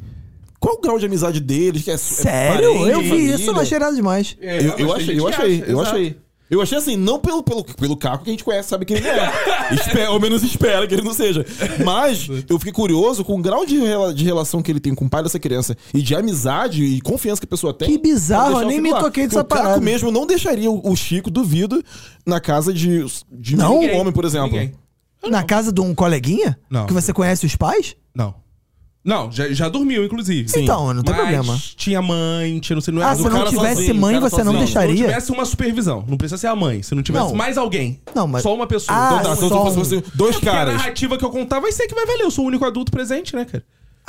qual o grau de amizade deles? Que é, é Sério? parente, eu vi isso, família?" eu não achei nada demais. É, Eu, eu mas tem achei, gente eu que achei, acha, eu exato. achei. Eu achei assim, não pelo, pelo, pelo Caco que a gente conhece, sabe quem ele é. Espera, ao menos espera que ele não seja. Mas eu fiquei curioso com o grau de, rela- de relação que ele tem com o pai dessa criança e de amizade e confiança que a pessoa tem. Que bizarro, pra deixar eu o nem filho me lá. toquei Porque dessa O parada. Caco mesmo não deixaria o o Chico, duvido, na casa de, de Não? nenhum homem, por exemplo. Ninguém. Na casa de um coleguinha? Não. Que você conhece os pais? Não. Não, já, já dormiu, inclusive. Sim. Então, não tem Mas problema. Tinha mãe, tinha não sei, não Ah, era se do não cara tivesse sozinho, mãe, o cara você não sozinho. Se não deixaria? tivesse uma supervisão, não precisa ser a mãe. Se não tivesse Não. mais alguém. Não, mas- Só uma pessoa. Ah, Então tá, se eu só fosse um. você, dois É Porque a caras. narrativa que eu contar vai ser que vai valer. Eu sou o único adulto presente, né, cara?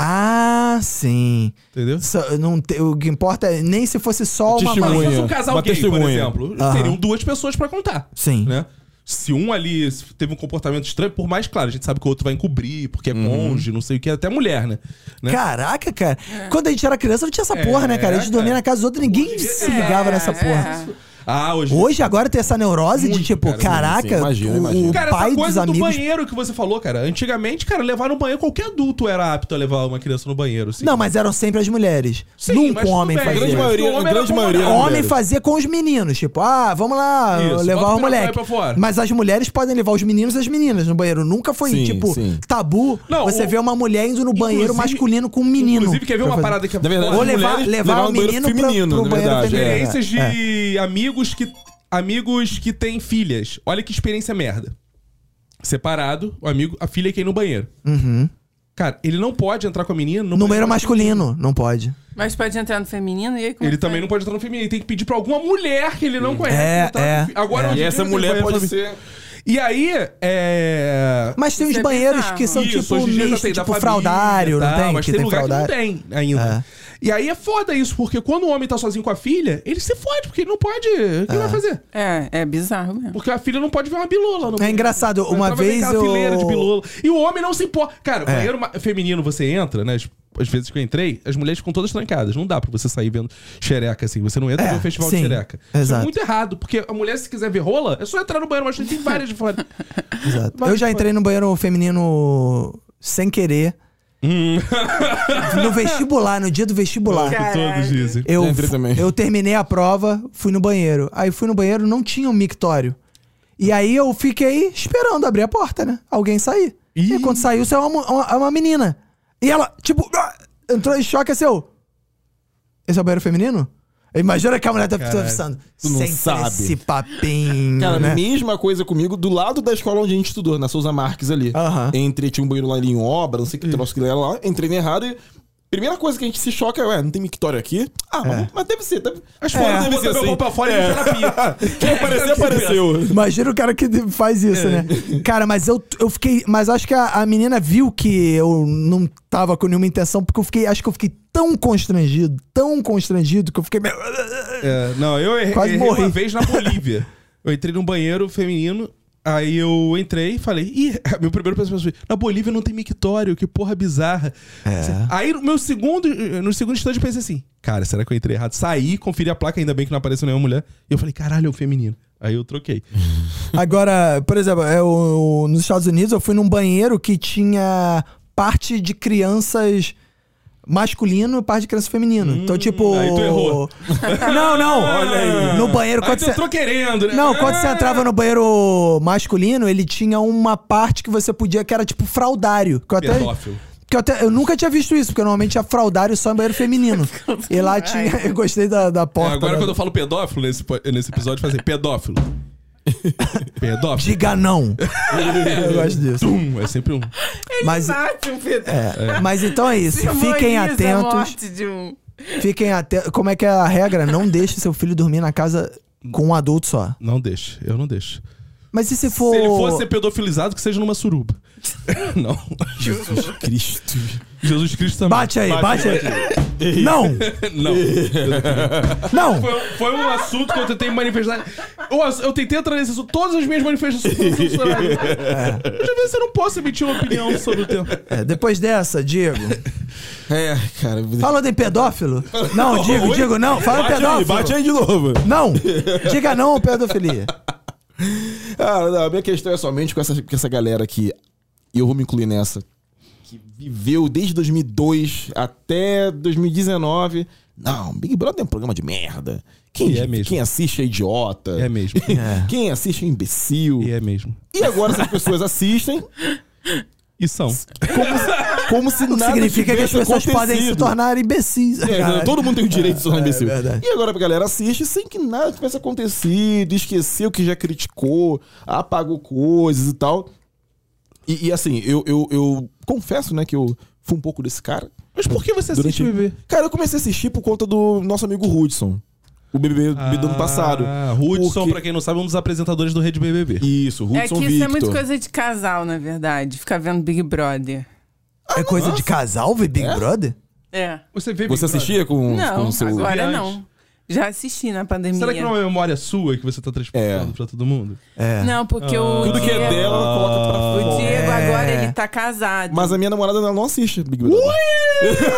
Ah, sim. Entendeu? Só- não te- o que importa é nem se fosse só uma Mas se Testemunha. mãe. fosse um casal Uma gay, por testemunha. exemplo, Aham. teriam duas pessoas pra contar. Sim. Né? Se um ali teve um comportamento estranho, por mais claro, a gente sabe que o outro vai encobrir, porque é cônjuge, não sei o que, até mulher, né? né? Caraca, cara. Quando a gente era criança, não tinha essa porra, né, cara? A gente cara. dormia na casa dos outros ninguém se ligava É, nessa porra. Ah, hoje. Hoje, agora, tem essa neurose de tipo, Tipo, cara, sim, caraca, sim, imagina, o- imagina. o Cara, pai essa dos coisa do amigos banheiro que você falou, cara. Antigamente, cara, levar no banheiro, qualquer adulto era apto a levar uma criança no banheiro. Assim. Não, mas eram sempre as mulheres. Sim, Nunca mas o homem tudo bem. fazia. A grande Mas maioria, o homem a grande era né? maioria. incomodado. é Homem mulher. fazia com os meninos, tipo, ah, vamos lá Isso, levar bota o o moleque. papai pra fora. Mas as mulheres podem levar os meninos e as meninas no banheiro. Nunca foi, Sim, tipo, sim. tabu Não, você o- ver uma mulher indo no banheiro Inclusive- masculino com um menino. Inclusive, quer ver uma Pra fazer- parada que é Na verdade, foda? Ou levar- mulheres levar levaram um o banheiro menino pra- feminino, pro na banheiro verdade. feminino. é. experiências de amigos que amigos que têm filhas. Olha que experiência merda. Separado, o amigo, a filha é quem no banheiro. Cara, ele não pode entrar com a menina no, Uhum. No banheiro. banheiro masculino, não pode. Mas pode entrar no feminino e aí como Ele que é? também vai? não pode entrar no feminino. Ele tem que pedir pra alguma mulher que ele não conhece. É, entrar no é, fi- Agora, hoje E em essa dia, não tem mulher banheiro pode feminino. ser. E aí, é. Mas tem Isso uns é banheiros bizarro. que são Isso, tipo hoje em dia já misto, tem da tipo família, fraudário, tá? não tem? Mas que tem lugar fraudário. que não tem ainda. E aí é foda isso, porque quando o homem tá sozinho com a filha, ele se fode, porque ele não pode. O que ele vai fazer? É, é bizarro mesmo. Porque a filha não pode ver uma bilola. Não É engraçado, Ela uma tava vendo vez aquela fileira de eu. É. bilola. E o homem não se importa. Cara, banheiro ma- feminino você entra, né? As- As vezes que eu entrei, as mulheres ficam todas trancadas. Não dá pra você sair vendo xereca assim. Você não entra É, no festival sim. de xereca. Isso é Exato. muito errado, porque a mulher, se quiser ver rola, é só entrar no banheiro, mas tem várias de fora. Exato. Vai, eu já vai. entrei no banheiro feminino sem querer. Hum. no vestibular, no dia do vestibular. Todos dizem. Eu, Já entrei também. eu terminei a prova, fui no banheiro. Aí fui no banheiro, não tinha um mictório. E aí eu fiquei esperando abrir a porta, né? Alguém sair. E quando saiu, saiu uma, mu- uma, uma menina. E ela, tipo, ah, entrou em choque assim, eu. Esse é o banheiro feminino? Imagina que a mulher tá Caralho, pensando. tu não Sempre sabe." esse papinho, Cara, né? mesma coisa comigo, do lado da escola onde a gente estudou, na Souza Marques ali. Aham. Entrei, tinha um banheiro lá ali em obra, não sei o que troço que era lá. Entrei na errada e. Primeira coisa que a gente se choca é, ué, não tem mictório aqui? É. Ah, mas, mas deve ser. assim. Deve... Acho que Fora, bota assim, meu pau pra fora e entra na pia. Quem apareceu, apareceu. Imagina o cara que faz isso, né? É. Cara, mas eu, eu fiquei. Mas acho que a, a menina viu que eu não tava com nenhuma intenção, porque eu fiquei. Acho que eu fiquei tão constrangido, tão constrangido, que eu fiquei. meio- É, não, eu errei, Quase errei morri. uma vez na Bolívia. Eu entrei num banheiro feminino, aí eu entrei e falei, Ih, meu primeiro pensamento foi, na Bolívia não tem mictório, que porra bizarra. Aí no meu segundo, eh, no segundo instante eu pensei assim, cara, será que eu entrei errado? Saí, conferi a placa, ainda bem que não apareceu nenhuma mulher. E eu falei, caralho, é um feminino. Aí eu troquei. Agora, por exemplo, eu, nos Estados Unidos eu fui num banheiro que tinha parte de crianças masculino e parte de criança feminino. então, tipo. Hum, aí tu errou. Não, não. No banheiro, Aí quando eu você. tô querendo, né? Não, quando você Ah! entrava no banheiro masculino, ele tinha uma parte que você podia, que era tipo fraudário. Que eu até, É Pedófilo. que eu, até- eu nunca tinha visto isso, porque normalmente é fraudário só em banheiro feminino. e lá tinha. Eu gostei da, da É, porta. agora né? quando eu falo pedófilo nesse, po- nesse episódio, fazer pedófilo. pedófilo. Diga não. eu gosto disso. Tum, é sempre um. Mas, Bate um pedaço. mas então é isso. Fiquem Simboliza a atentos. morte de um. Fiquem atentos. Como é que é a regra? Não deixe seu filho dormir na casa com um adulto só. Não deixe, eu não deixo. Mas e se for. Se ele fosse ser pedofilizado, que seja numa suruba. não. Jesus Cristo. Jesus Cristo também. Bate aí, bate, aí. Não! Não. Não! Foi, foi um assunto que eu tentei manifestar. Eu, eu tentei entrar nesse assunto. Todas as minhas manifestações não funcionaram. É. Deixa eu ver se eu não posso emitir uma opinião sobre o tempo. É, depois dessa, Diego. É, cara. Fala de pedófilo? Não, Diego, Oi? Diego, não. Fala Bate aí, pedófilo. bate aí de novo. Não! Diga não à pedofilia. Cara, não, a minha questão é somente com essa, com essa galera que. E eu vou me incluir nessa. Que viveu desde 2002 até 2019. Não, Big Brother é um programa de merda. Quem, E é mesmo. quem assiste é idiota. É mesmo. Quem assiste é imbecil. E é mesmo. E agora essas pessoas assistem E são. como se O que nada significa é que as tivesse pessoas podem se acontecido. tornar imbecis. É, cara. todo mundo tem o direito de É, ser um imbecil. verdade. e agora a galera assiste sem que nada tivesse acontecido, esqueceu que já criticou, apagou coisas e tal. E, e assim, eu, eu, eu confesso, né, que eu fui um pouco desse cara. Mas por que você Durante- assiste BBB? Cara, eu comecei a assistir por conta do nosso amigo Hudson. O BBB do ano passado. Ah, Hudson, Porque- pra quem não sabe, é um dos apresentadores do Rede BBB. Isso, Hudson É que isso Victor. é muito coisa de casal, na verdade. Ficar vendo Big Brother. É coisa de casal ver Big Brother? É. Você vê Big Você Brother? assistia com, com Não, o seu... agora Viante. não. Já assisti na pandemia. Será que não é uma memória sua que você tá transportando É. pra todo mundo? É. Não, porque o. Tudo que é Diego- dela, ela coloca pra O fora. Diego É. agora ele tá casado. Mas a minha namorada ela não assiste Big Brother.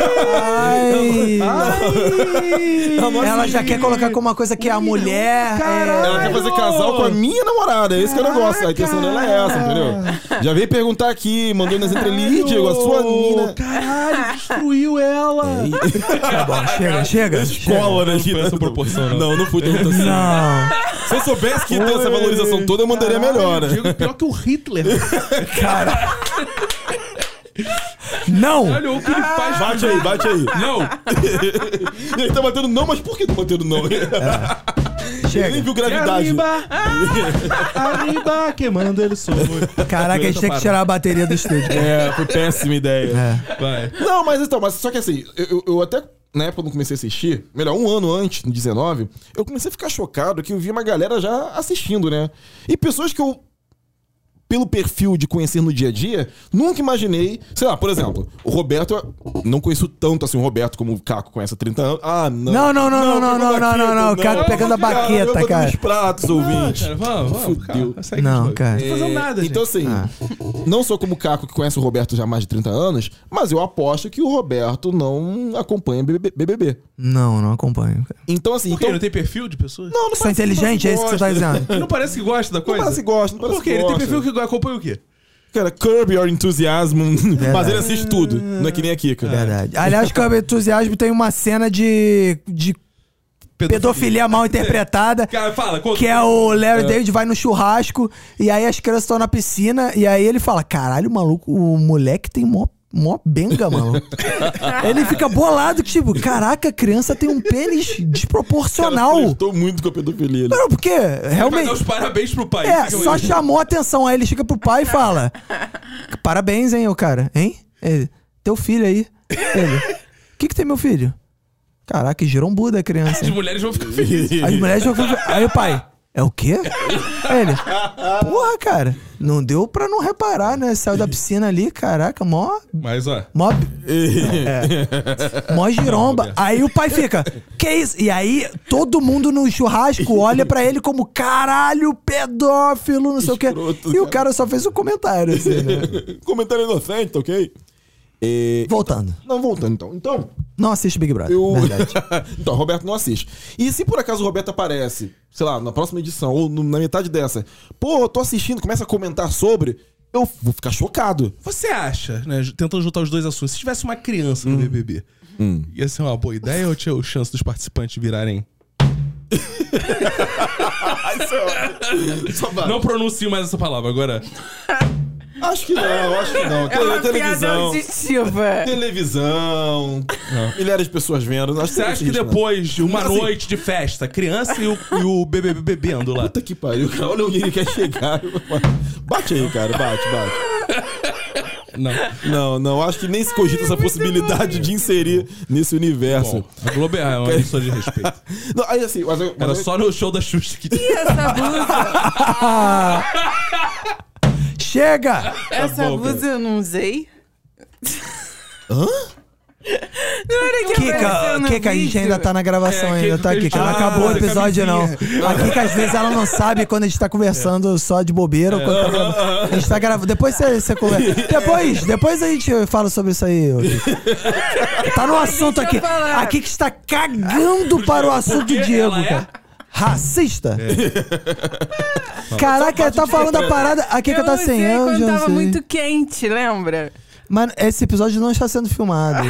Ai. Ai! Ela já quer colocar como uma coisa que é a mulher. Caralho. é- Ela quer fazer casal com a minha namorada. Esse que é o negócio. A questão dela é essa, entendeu? Já veio perguntar aqui, mandou nas entrelinhas, Diego, a sua mina. Caralho, destruiu ela. Tá bom, chega, chega. chega. Cola, né? Não foi essa proporção, não. Não, não fui tanto assim. Não. Se eu soubesse que ia ter essa valorização toda, eu mandaria melhor, né? Diego, é pior que o Hitler. Não! Olha o que ele faz. Bate aí, bate aí. Não, Ele tá batendo não, mas por que tá batendo não? Ele nem Chega. viu gravidade. arriba, ah, arriba, queimando ele sobre. Caraca, a gente tem que tirar a bateria do estúdio. É, foi péssima ideia. É. Vai. Não, mas então, mas só que assim, eu, eu- eu até na época quando comecei a assistir, melhor, um ano antes, no 19, eu comecei a ficar chocado que eu vi uma galera já assistindo, né? E pessoas que eu pelo perfil de conhecer no dia a dia, nunca imaginei, sei lá, por exemplo, o Roberto, não conheço tanto assim o Roberto como o Caco conhece há 30 anos. Ah, não. Não, não, não, não, não, pegando não, a não, não, baqueta, o Caco pegando a eu baqueta, botando cara. os pratos, ouvinte. Cara, vamos, vamos, Fudeu. cara. Segue Não, os dois. cara. Não tô fazendo nada, Então, gente. assim, não sou como o Caco que conhece o Roberto já há mais de 30 anos, mas eu aposto que o Roberto não acompanha BBB. BBB. Não, não acompanho. cara. Então, assim, Por quê? então. Não tem perfil de pessoas? Não, não Você é parece- inteligente, é isso que você tá gosta. dizendo. Não parece que gosta da coisa? parece que gosta, não parece Por quê? que Ele tem gosta. perfil que acompanha o quê? Cara, curb your enthusiasm. Mas ele assiste tudo. Não é que nem aqui, cara. Verdade. Aliás, Câmbio Entusiasmo tem uma cena de, de pedofilia mal interpretada. Cara, fala, conta. Que é o Larry David vai no churrasco e aí as crianças estão na piscina e aí ele fala: Caralho, maluco, o moleque tem mó, mó benga, maluco. ele fica bolado, tipo, caraca, a criança tem um pênis desproporcional. Estou muito com a pedofilia. ali. Não, porque Vai dar realmente. os parabéns pro pai. É, Fica um só aí. chamou a atenção. Aí ele chega pro pai e fala: Parabéns, hein, ô cara. Hein? Ele, Teu filho aí. Ele. O que, que tem meu filho? Caraca, gerou um Buda a criança. As hein?" mulheres vão ficar felizes. As mulheres já foram. Aí o pai, é o quê? Ele, porra, cara, não deu pra não reparar, né? Saiu da piscina ali, caraca, mó. Mas, ó. Mó, é, mó giromba. né? Aí o pai fica, que isso? E aí todo mundo no churrasco olha pra ele como caralho, pedófilo, não sei o quê. Escroto, E o cara. cara só fez um comentário, assim, né? Comentário inocente, tá ok? É, Voltando. Não, voltando então. Então, Não assiste Big Brother. eu. Verdade. então, Roberto não assiste. E se por acaso o Roberto aparece, sei lá, na próxima edição, ou no- na metade dessa, pô, eu tô assistindo, começa a comentar sobre, eu vou ficar chocado. Você acha, né? Tentando juntar os dois assuntos. Se tivesse uma criança Hum. no BBB, ia ser uma boa ideia ou tinha a chance dos participantes virarem. é Não pronuncio mais essa palavra agora. Acho que não, acho que não. É uma piada televisão. auditiva. Televisão. Milhares de pessoas vendo. Acho Você acha que não. depois de uma Mas assim- noite de festa, a criança e o, e o BBB bebendo lá? Puta que pariu, cara. Olha onde ele quer chegar. Bate aí, cara. Bate, bate. Não. Não, não. Acho que nem se cogita é essa possibilidade de inserir nesse universo. Bom, a Globo é uma pessoa de respeito. Não, aí assim, mas, eu- mas Era eu- só no show da Xuxa que E essa blusa? Chega! Essa bom, blusa eu não usei. Hã? Na hora que apareceu Kika, Tá no Kika, a gente vídeo- ainda tá na gravação É, Kika, ainda, tá, que a Kika? gente- Não Ah, acabou o da episódio, não. A Kika, às vezes, ela não sabe quando a gente tá É. conversando só de bobeira. ou quando tá gravando. A gente tá gravando. Depois você, você conversa. Depois, depois a gente fala sobre isso aí. ô Kika. Tá no assunto Deixa aqui. eu falar. A Kika está cagando para o assunto do ela Diego, é- cara. Racista? Caraca, ela tá falando a parada. A Kika É. eu tá usei assim, eu quando já tava sei. muito quente, lembra? Mano, esse episódio não está sendo filmado.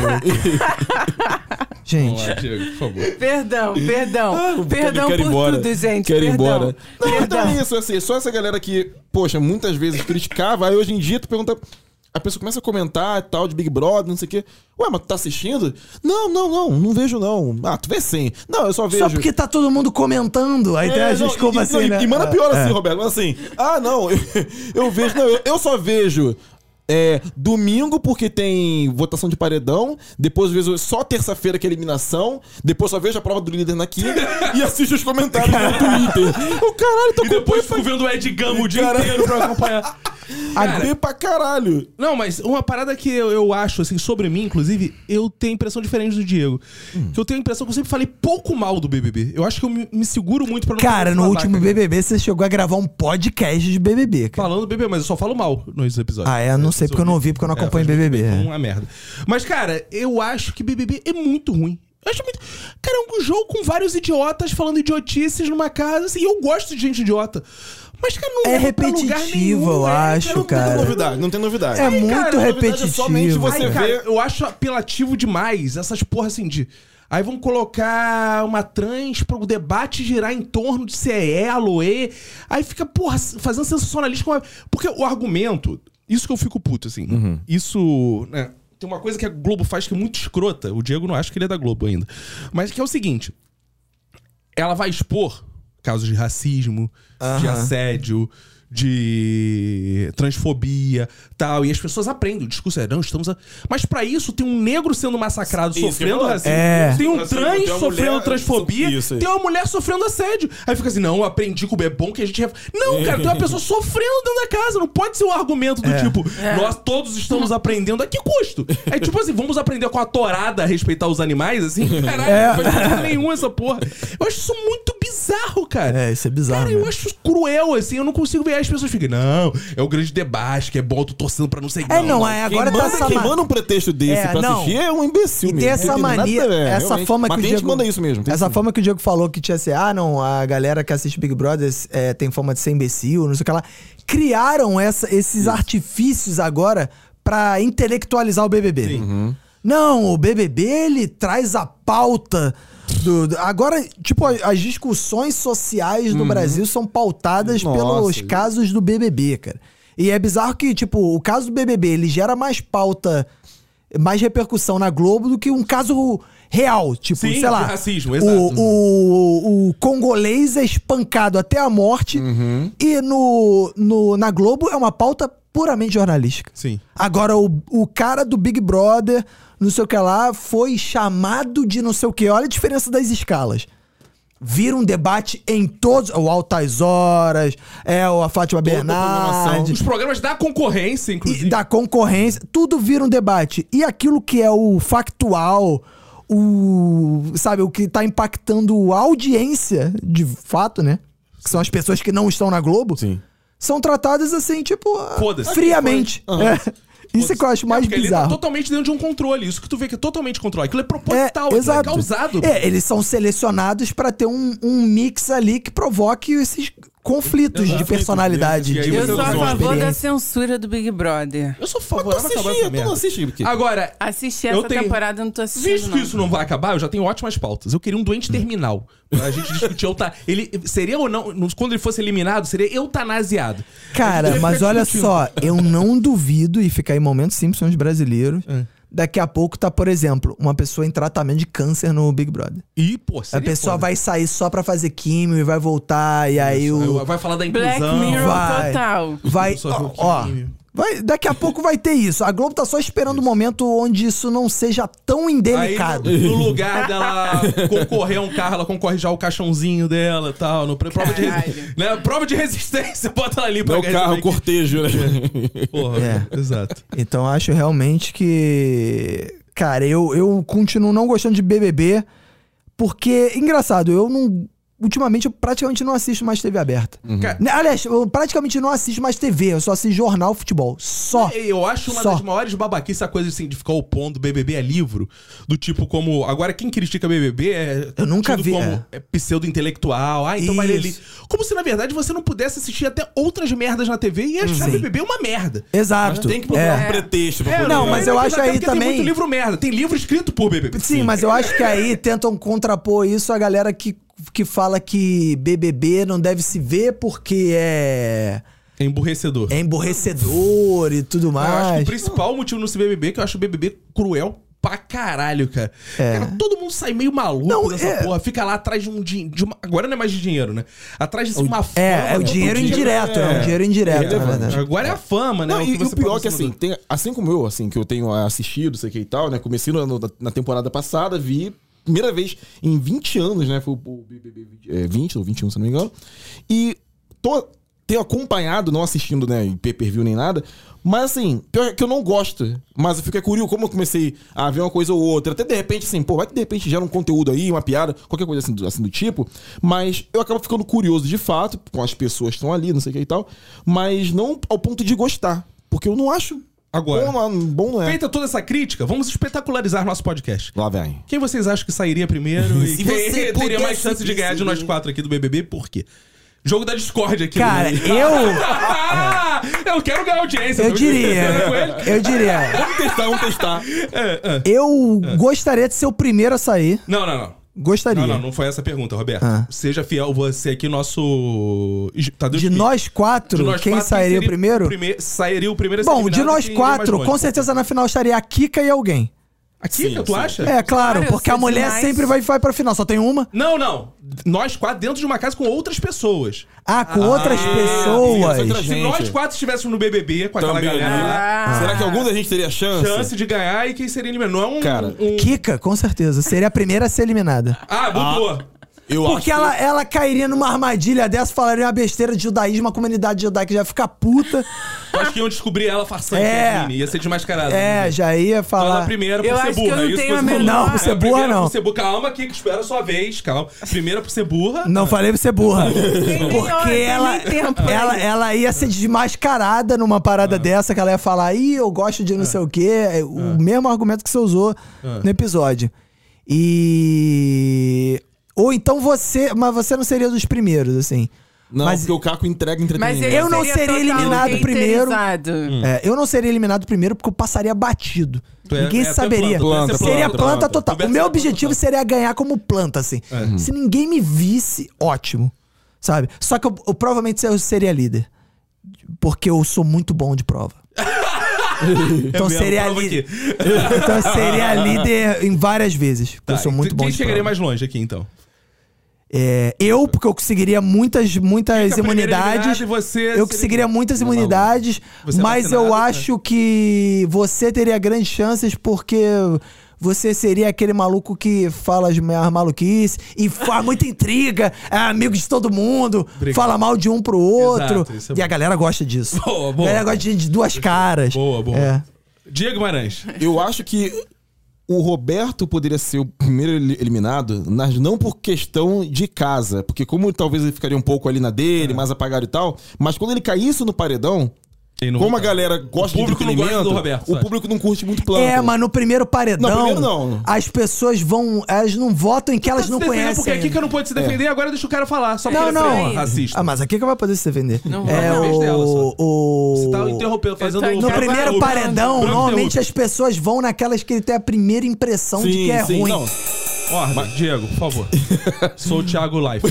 Gente. Vamos lá, Diego, por favor. Perdão, Ah, perdão. perdão quero ir por embora. tudo, gente. Quero ir perdão. embora. Não, mas Perdão. não é isso, assim, só essa galera que, poxa, muitas vezes criticava, aí hoje em dia tu pergunta. A pessoa começa a comentar e tal de Big Brother, não sei o quê. Ué, mas tu tá assistindo? Não, não, não, não vejo não. Ah, tu vê sim. Não, eu só vejo. Só porque tá todo mundo comentando. Aí tem É, a não, desculpa e, assim, não, e- né? e manda pior assim, Roberto. Manda assim. Ah, não, eu, eu vejo. Não, eu, eu só vejo. é, domingo, porque tem votação de paredão. Depois vejo só terça-feira que é eliminação. Depois só vejo a prova do líder na quinta. e assisto os comentários no Twitter. O caralho, tô E com depois fico vendo o Ed Gama o dia inteiro pra acompanhar. Agri pra caralho. Não, mas uma parada que eu, eu acho, assim, sobre mim, inclusive, eu tenho impressão diferente do Diego. Hum. Que eu tenho a impressão que eu sempre falei pouco mal do BBB. Eu acho que eu me, me seguro muito pra não Cara, falar no babaca, último cara. BBB você chegou a gravar um podcast de BBB, cara. Falando do BBB, mas eu só falo mal nos episódios. Ah, é? Não sei, porque eu não ouvi, porque eu não acompanho BBB. É uma merda. Mas, cara, eu acho que BBB é muito ruim. Eu acho muito... Cara, é um jogo com vários idiotas falando idiotices numa casa, assim, e eu gosto de gente idiota. Mas, cara, não É leva pra lugar repetitivo, nenhum, eu é, acho, não tem cara. novidade. Novidade, não tem novidade. É muito cara, na verdade, é somente repetitivo. você- Aí, cara, vê- eu acho apelativo demais essas porra assim de. Aí vão colocar uma trans para o debate girar em torno de se é ela ou é. Aí fica, porra, fazendo sensacionalismo. com a- Porque o argumento. Isso que eu fico puto, assim. Isso. né, tem uma coisa que a Globo faz que é muito escrota. O Diego não acha que ele é da Globo ainda. Mas que é o seguinte: ela vai expor casos de racismo, de Aham. assédio, de transfobia, tal. E as pessoas aprendem. O discurso é, não, estamos... A... Mas pra isso tem um negro sendo massacrado, Isso que eu ia sofrendo falar. racismo. É. Tem um Assim, trans tem uma sofrendo mulher- transfobia. Isso aí. tem uma mulher sofrendo assédio. Aí fica assim, não, eu aprendi como é bom que a gente... ref- Não, cara, tem uma pessoa sofrendo dentro da casa. Não pode ser o argumento do É. tipo, nós todos estamos aprendendo. A que custo? É tipo assim, vamos aprender com a torada a respeitar os animais, assim? É. Caralho, não faz sentido nenhum essa porra. Eu acho isso muito bizarro, cara. É, isso é bizarro. Cara, eu mesmo. acho cruel, assim, eu não consigo ver as pessoas ficam, não, é o grande debate, que é bom, eu tô torcendo pra não sei É, não, é, Quem agora manda, tá essa quem ma- manda um pretexto desse É, pra não. assistir é um imbecil E mesmo. tem essa Não entendo nada, mania, velho, essa realmente. forma que Mas o tem gente Diego... que manda isso mesmo. tem Essa sim. forma que o Diego falou que tinha assim, ah não, a galera que assiste Big Brother é, tem forma de ser imbecil, não sei o que lá. Criaram essa- esses artifícios agora pra intelectualizar o BBB. Uhum. Não, o BBB ele traz a pauta do, do- agora, tipo, a- as discussões sociais no Brasil são pautadas Uhum. Nossa, pelos gente. casos do BBB, cara. E é bizarro que, tipo, o caso do BBB, ele gera mais pauta, mais repercussão na Globo do que um caso real, tipo, Sim, sei lá. de racismo, o- exato. Uhum. O, o congolês é espancado até a morte Uhum. e no, no, na Globo é uma pauta puramente jornalística. Sim. Agora, o, o cara do Big Brother, não sei o que lá, foi chamado de não sei o que. Olha a diferença das escalas. Vira um debate em todos. é O Altas Horas, é o a Fátima Bernardes, Os programas da concorrência, e inclusive. da concorrência, tudo vira um debate. E aquilo que é o factual, o. sabe, o que tá impactando a audiência, de fato, né? Que são as pessoas que não estão na Globo, Sim. são tratadas assim, tipo. ah, Foda-se. Friamente. Aham. É. Isso é que eu acho mais porque ele tá bizarro. totalmente dentro de um controle. Isso que tu vê que é totalmente controle. Aquilo é É, proposital, aquilo é, exato. causado. É, eles são selecionados pra ter um, um mix ali que provoque esses conflitos de Conflito, personalidade. né? E aí de você Eu sou Não, a não, favor da tá experiência. censura do Big Brother. Eu sou Tu favorável a acabar assistia, essa tu não merda. assistia, porque... Agora, Assisti Eu essa tenho- temporada, assim, não tô assistindo. Visto que não. isso não vai acabar, eu já tenho ótimas pautas. Eu queria um doente terminal. Pra gente discutir euta... ele Seria ou não, nos- quando ele fosse eliminado, seria eutanasiado. Cara, mas um olha só, eu não duvido, e ficar em momentos Simpsons brasileiros, É. daqui a pouco tá, por exemplo, uma pessoa em tratamento de câncer no Big Brother. E, pô, A seria pessoa foda. vai sair só pra fazer químio e vai voltar, e aí o. Vai falar da Black inclusão. Mirror Vai. total. Vai. Só ver o Ó, que ó, tem. vai- daqui a pouco vai ter isso. A Globo tá só esperando o momento onde isso não seja tão indelicado. Aí, no no lugar dela concorrer a um carro, ela concorre já ao caixãozinho dela e tal. No, prova, de Caralho. resi- né, prova de resistência, bota ela ali pra É o ganhar carro, o isso cortejo, né? daqui. Porra, É. exato. Então eu acho realmente que. Cara, eu, eu continuo não gostando de BBB, porque, engraçado, eu não. Ultimamente eu praticamente não assisto mais TV aberta. Cara, Né, Aliás, eu praticamente não assisto mais TV, eu só assisto jornal futebol. Só. Eu acho uma Só. das maiores babaquices a coisa assim, de ficar opondo BBB a livro. Do tipo, como. Agora, quem critica BBB é. Eu nunca tido vi, Como é. é pseudo-intelectual. Ah, então vai ler ali. Isso. Como se, na verdade, você não pudesse assistir até outras merdas na TV e achar BBB uma merda. Exato. Tem que procurar Um pretexto pra É, poder... não, mas eu é que acho até aí porque também- Tem muito livro merda. Tem livro escrito por BBB. É. Sim, mas eu acho que aí tentam contrapor isso a galera que, que fala que BBB não deve se ver porque é, É emburrecedor. é emborrecedor e tudo Eu acho que o mais. principal motivo no CBBB é que eu acho o BBB cruel pra caralho, cara. É. Cara, todo mundo sai meio maluco Não, dessa é. porra. Fica lá atrás de um din- de uma- Agora não é mais de dinheiro, né? Atrás de uma fama. É, é o né? dinheiro Todo indireto, é, um dinheiro indireto, na verdade. Agora é a fama, né? Não, e, que e o você pior passa é que em cima assim, do- tem- assim como eu, assim, que eu tenho assistido, sei que e tal, né? Comecei no- no- na temporada passada, vi primeira vez em 20 anos, né? Foi o o BBB 20, é, 20 ou 21, se não me engano. E tô tenho acompanhado, não assistindo, né, em pay-per-view nem nada, mas assim, pior é que eu não gosto, mas eu fico é curioso como eu comecei a ver uma coisa ou outra, até de repente assim, pô, vai que de repente gera um conteúdo aí, uma piada, qualquer coisa assim do, assim do tipo, mas eu acabo ficando curioso de fato, com as pessoas que estão ali, não sei o que e tal, mas não ao ponto de gostar, porque eu não acho Agora. bom, não, bom não é. Feita toda essa crítica, vamos espetacularizar nosso podcast. Lá vem. Quem vocês acham que sairia primeiro e Se quem você teria mais pudesse chance de ganhar de nós decidir. quatro aqui do BBB? Por quê? Jogo da Discord aqui. Cara, no- eu. Ah, eu quero ganhar audiência. Eu tô diria. me com ele. Eu diria. Vamos testar, vamos testar. Eu gostaria de ser o primeiro a sair. Não, não, não. Gostaria. Não, não, não foi essa a pergunta, Roberto. Ah. Seja fiel, você aqui, nosso. Tadeu De Schmidt. nós quatro, De nós quem quatro, sairia o primeiro? prime- Sairia o primeiro a ser Bom, eliminado de nós quem iria mais quatro, longe. com certeza na final estaria a Kika e alguém. Aqui, Sim, tu sim. acha? É, claro, Claro, porque a isso é mulher demais. sempre vai, vai pra final, só tem uma. Não, não. nós quatro dentro de uma casa com outras pessoas. Ah, com outras isso é outra pessoas. Se Gente. nós quatro estivéssemos no BBB com aquela Também, galera, lá, Ah. né? Ah, Será que algum da gente teria chance? chance de ganhar e quem seria eliminado. Não é um. Cara. um- Kika, com certeza. Seria a primeira a ser eliminada. Ah, mudou. Eu acho. Porque ela, ela cairia numa armadilha dessa, falaria uma besteira de judaísmo, a comunidade judaica já ia ficar puta. Eu Acho que iam descobrir ela façando É. Kerline. Ia ser desmascarada. É, já ia Então ela falar. primeiro por Eu ser acho que eu burra. não isso tenho você a falou. menor- Não, por ser É, burra, primeira não. Por ser burra. Calma aqui, que espera a sua vez. Calma. Primeira por ser burra. Não falei pra ser burra. ganhou? Porque Tem ela, nem tempo aí. ela, ela ia ser desmascarada numa parada dessa, que ela ia falar, ih, eu gosto de não sei o quê. É O mesmo argumento que você usou no episódio. E. Ou então você. Mas você não seria dos primeiros, assim. Não, Mas- porque o Caco entrega Mas entretenimento. Eu não seria total eliminado primeiro. haterizado. É, eu não seria eliminado primeiro porque eu passaria batido. Hum. Tu é- ninguém é, tu é planta, saberia. tu é planta, seria planta, planta, planta. total. Tu é O meu planta É. objetivo seria ganhar como planta, assim. Se ninguém me visse, ótimo. Sabe? Só que eu, eu provavelmente eu seria líder. Porque eu sou muito bom de prova. então, mesmo, seria prova líder. aqui. então eu seria líder em várias vezes. Porque eu Tá, sou muito quem bom de chegaria prova. mais longe aqui, então? É, eu, porque eu conseguiria muitas, muitas Fica é a primeira imunidades. eliminada e você é eu se conseguiria muitas imunidades, Você é mas vacinado, eu né? acho que você teria grandes chances porque você seria aquele maluco que fala as minhas maluquices e faz muita intriga, é amigo de todo mundo, Obrigado. fala mal de um pro outro. Exato, isso é e a bom. galera gosta disso. Boa, boa. A galera gosta de, de duas caras. Boa, boa. É. Diego Guimarães. Eu acho que o Roberto poderia ser o primeiro eli- eliminado, mas não por questão de casa. Porque como talvez ele ficaria um pouco ali na dele, mais apagado e tal, mas quando ele caísse no paredão, Ele não tá? como a vai- galera gosta O público de não gosta do entretenimento, Roberto, o sabe? público não curte muito plano. É, mas no primeiro paredão, Não, primeiro não. as pessoas vão. Elas não votam em que elas Tá Se não defender, conhecem. Porque aqui ainda. É. que eu não pude se defender, agora deixa o cara falar. Só Não, porque não. ele é racista. Ah, mas aqui que vai poder se defender. Não vai, é na vez o, dela só. o- Você tá interrompendo, fazendo... Eu tô No Branco primeiro interrompe. é paredão, Branco normalmente interrompe. as pessoas vão naquelas que ele tem a primeira impressão de que é ruim. não. Ordem, Diego, por favor. Sou o Thiago Life.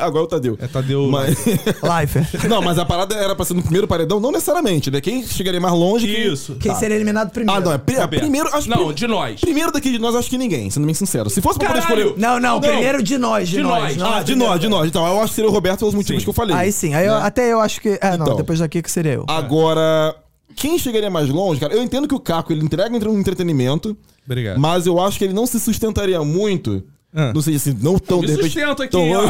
Agora o Tadeu. É Tadeu... Mas- Life. não, mas a parada era pra ser no primeiro paredão, não necessariamente, né? Quem chegaria mais longe que- Isso. Quem seria eliminado primeiro? Ah, não, é pri- Roberto. primeiro... Acho que Não, pri- de nós. Primeiro daqui de nós, acho que ninguém, sendo bem sincero. Se fosse pra poder Caralho! escolher... não, não, Não. primeiro de nós, de, De nós. nós. não, Ah, de nós, de nós. Então, eu acho que seria o Roberto pelos motivos Sim. que eu falei. Aí sim, aí eu- até eu acho que. Ah, não, Então. depois daqui que seria eu. Agora, quem chegaria mais longe, cara? Eu entendo que o Caco ele entrega entre- um entretenimento, Obrigado. mas eu acho que ele não se sustentaria muito. Ah. Não sei se não tão Me de repente. sustento aqui, tão- ó.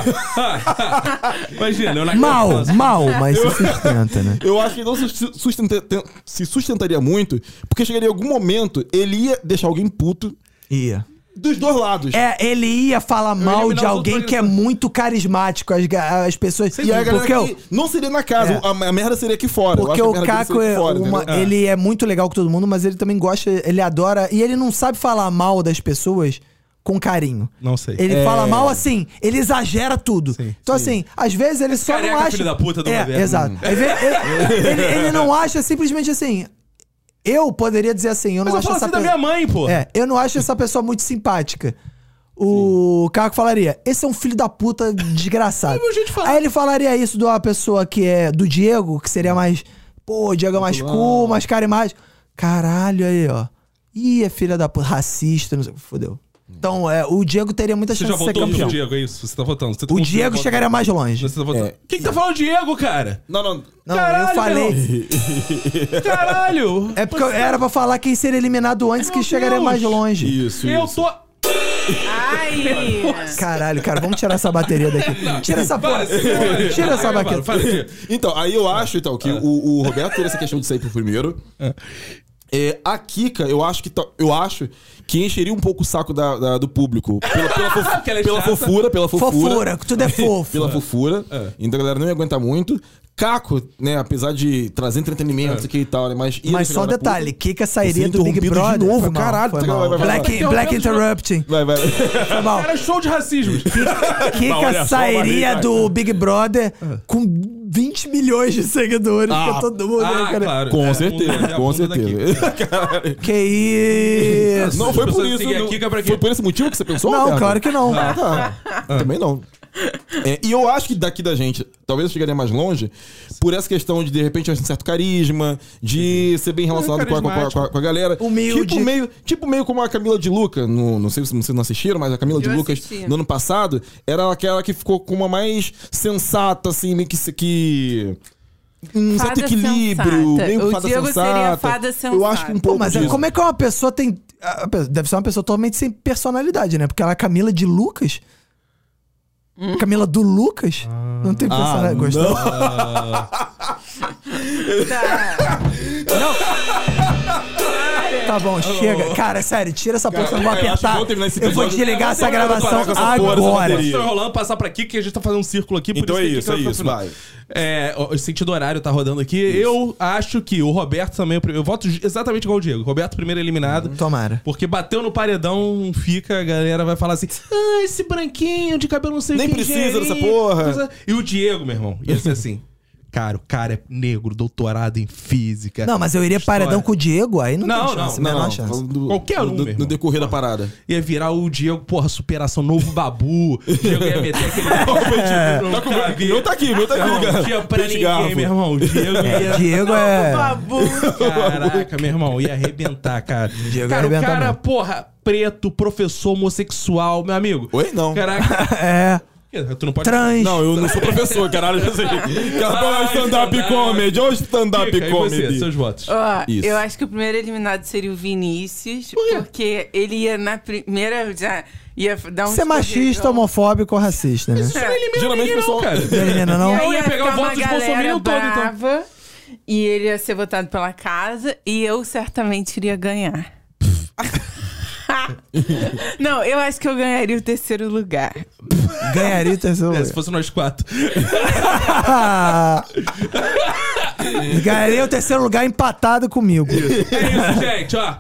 Imagina, eu na mal, criança. mal, mas se sustenta, né? Eu acho que ele não se, sustenta- te- se sustentaria muito, porque chegaria algum momento, ele ia deixar alguém puto Ia. dos dois lados. É, ele ia falar mal eliminar de os alguém outros que é muito carismático, as, ga- as pessoas. E a galera porque eu- que não seria na casa, É. a, a merda seria aqui fora. Eu Porque acho o que a merda dele Caco seria é aqui fora, uma- entendeu? ele é muito legal com todo mundo, mas ele também gosta, ele adora e ele não sabe falar mal das pessoas com carinho. Não sei. Ele fala mal assim, ele exagera tudo. Sim, então assim, às vezes ele só não careca, acha filho da puta do é, governo. Hum. exato. Às vezes ele, ele- ele não acha simplesmente assim. Eu poderia dizer assim, eu não Mas eu acho falo essa assim da minha pe- mãe, pô. é, eu não acho essa pessoa muito simpática. O Caco falaria, esse é um filho da puta desgraçado. É meu jeito de falar. Aí ele falaria isso de uma pessoa que é do Diego, que seria mais. Pô, o Diego é mais cool, mais carismático. Caralho, aí, ó. Ih, é filha da puta, racista, não sei. Fodeu. Então, é, o Diego teria muita Você chance já de ser votou no campeão. Diego, é isso? Você tá votando. Você tá O confia- Diego vota- chegaria mais longe. Você tá votando. É. Quem que tá falando Diego, cara? Não, não. Não, eu Caralho, falei. Caralho! É porque eu- era pra falar quem seria eliminado antes que Meu chegaria Deus. mais longe. Isso, eu isso. tô... Ai! Caralho, cara, vamos tirar essa bateria daqui. Tira essa Para, porra. segura. Tira essa Vai, vai, baqueta. vai, vai. Então, aí eu acho, então, É. que o, o Roberto teria essa questão de sair pro primeiro. É, a Kika, eu acho que tá- eu acho que encheria um pouco o saco da- da- do público. Pela, pela fofo- Porque ela é pela chata. É. fofura, pela fofura. Fofura, que tudo é fofo. Pela fofura. Então a galera não ia aguentar muito. Caco, né, apesar de É. trazer entretenimento, isso aqui e tal, né, mas... ia Mas só chegar um na puta. detalhe, Kika sairia Você do Big interrompido de Brother. novo, Foi mal, caralho, foi vai, mal. vai, vai, vai, Black, vai. Black Interrupting. Vai, vai. Foi mal. Cara, é show de racismo. Kika olha só, é sairia valeu, do Big Brother com 20 milhões de seguidores. Ah, que todo mundo, né, cara? Com É, um certeza, é a com bunda daqui. É, certeza. Caralho. Que isso. Não foi por pessoas isso. seguem a não- Kika é pra quê? Foi por esse motivo que você pensou, Não, Roberto? claro que não. Ah, tá. Também não. É, e eu acho que daqui da gente, talvez eu chegaria mais longe, por essa questão de, de repente, um certo carisma, Uhum. de ser é bem relacionado com, a, com a- com a- com a galera. Humilde. Tipo meio, tipo meio como a Camila de Luca, no, não sei se vocês não assistiram, mas a Camila de Eu Lucas assisti. no ano passado era aquela que ficou com uma mais sensata, assim, meio que. se- que um certo Fada equilíbrio, sensata. meio O fada Diego seria sensata. fada Eu acho sensata. que Pô, um pouco mas é- disso. como é que uma pessoa tem. a- a pessoa- Deve ser uma pessoa totalmente sem personalidade, né? Porque ela é Camila de Lucas. Camila do Lucas? Não Ah, tem personalidade. Gostou? Tá. Tá bom, chega. Cara, é sério, tira essa porra, eu não vou eu acho que apertar. vou terminar esse Eu vou episódio. desligar Tá. Eu essa vou parar com gravação essa porra, essa agora. bateria. Tá rolando, passar pra aqui, que a gente tá fazendo um círculo aqui. é Então é que isso, é tem que isso, ficar pro vai. final. É, o o sentido horário tá rodando aqui. Eu acho que o Roberto também... é o primeiro. Eu voto exatamente igual o Diego. Roberto primeiro eliminado. Uhum. Tomara. Porque bateu no paredão, fica, a galera vai falar assim: ah, esse branquinho de cabelo não sei Nem quem precisa gerir, dessa porra." coisa- E o Diego, meu irmão, ia ser assim: cara, o cara é negro, doutorado em física. Não, mas eu iria História. paredão com o Diego, aí não, Não, tem chance, não, menor Não, chance. falando do- Qualquer um, do- meu do, irmão. decorrer da parada. Ia virar o Diego, porra, superação, novo babu. O Diego ia meter aquele. Tá com- Cara, meu tá aqui, meu tá aqui, Não, cara. não tinha pra Peixe ninguém, garfo. É, meu irmão. O Diego ia. Diego Novo é. babu. Caraca, meu irmão, ia arrebentar, cara. Diego cara, o arrebenta cara, mesmo. porra, preto, professor homossexual, meu amigo. Oi? Não. Caraca, É. tu não pode. Trans. Não, eu não sou professor, caralho. Eu sei. Caralho, stand-up stand-up. comedy. Ô, stand-up Dica, e você, comedy. seus votos. Ó, Isso. eu acho que o primeiro eliminado seria o Vinícius, porque ele ia na primeira. Já ia dar um. Ser é machista, escorregão. homofóco ou racista, né? Não elimina Geralmente ninguém, o pessoal- não, cara. Menina, não. E aí Eu ia pegar o ficar voto uma de Bolsonaro galera todo, então. brava, E ele ia ser votado pela casa e eu certamente iria ganhar. Não, eu acho que eu ganharia o terceiro lugar. Ganharia o terceiro É, lugar. se fosse nós quatro. Ah. Ganharia o terceiro lugar empatado comigo. É isso, gente, ó.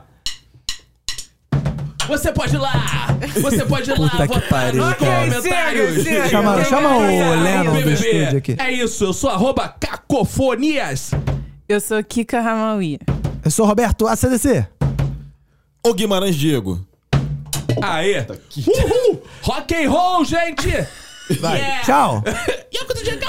Você pode ir lá! Você pode ir lá Puta que votar pariu, nos cara. comentários! Chega, chega. Chama, Eu chama ganharia o o Lennon do BBB. estúdio aqui. um É isso, eu sou arroba cacofonias. Eu sou Kika Ramauia. Eu sou Roberto ACDC. Ô, Guimarães Diego. Aê! Uhul! Rock and roll, gente! Vai. Tchau. E eu, quando o dia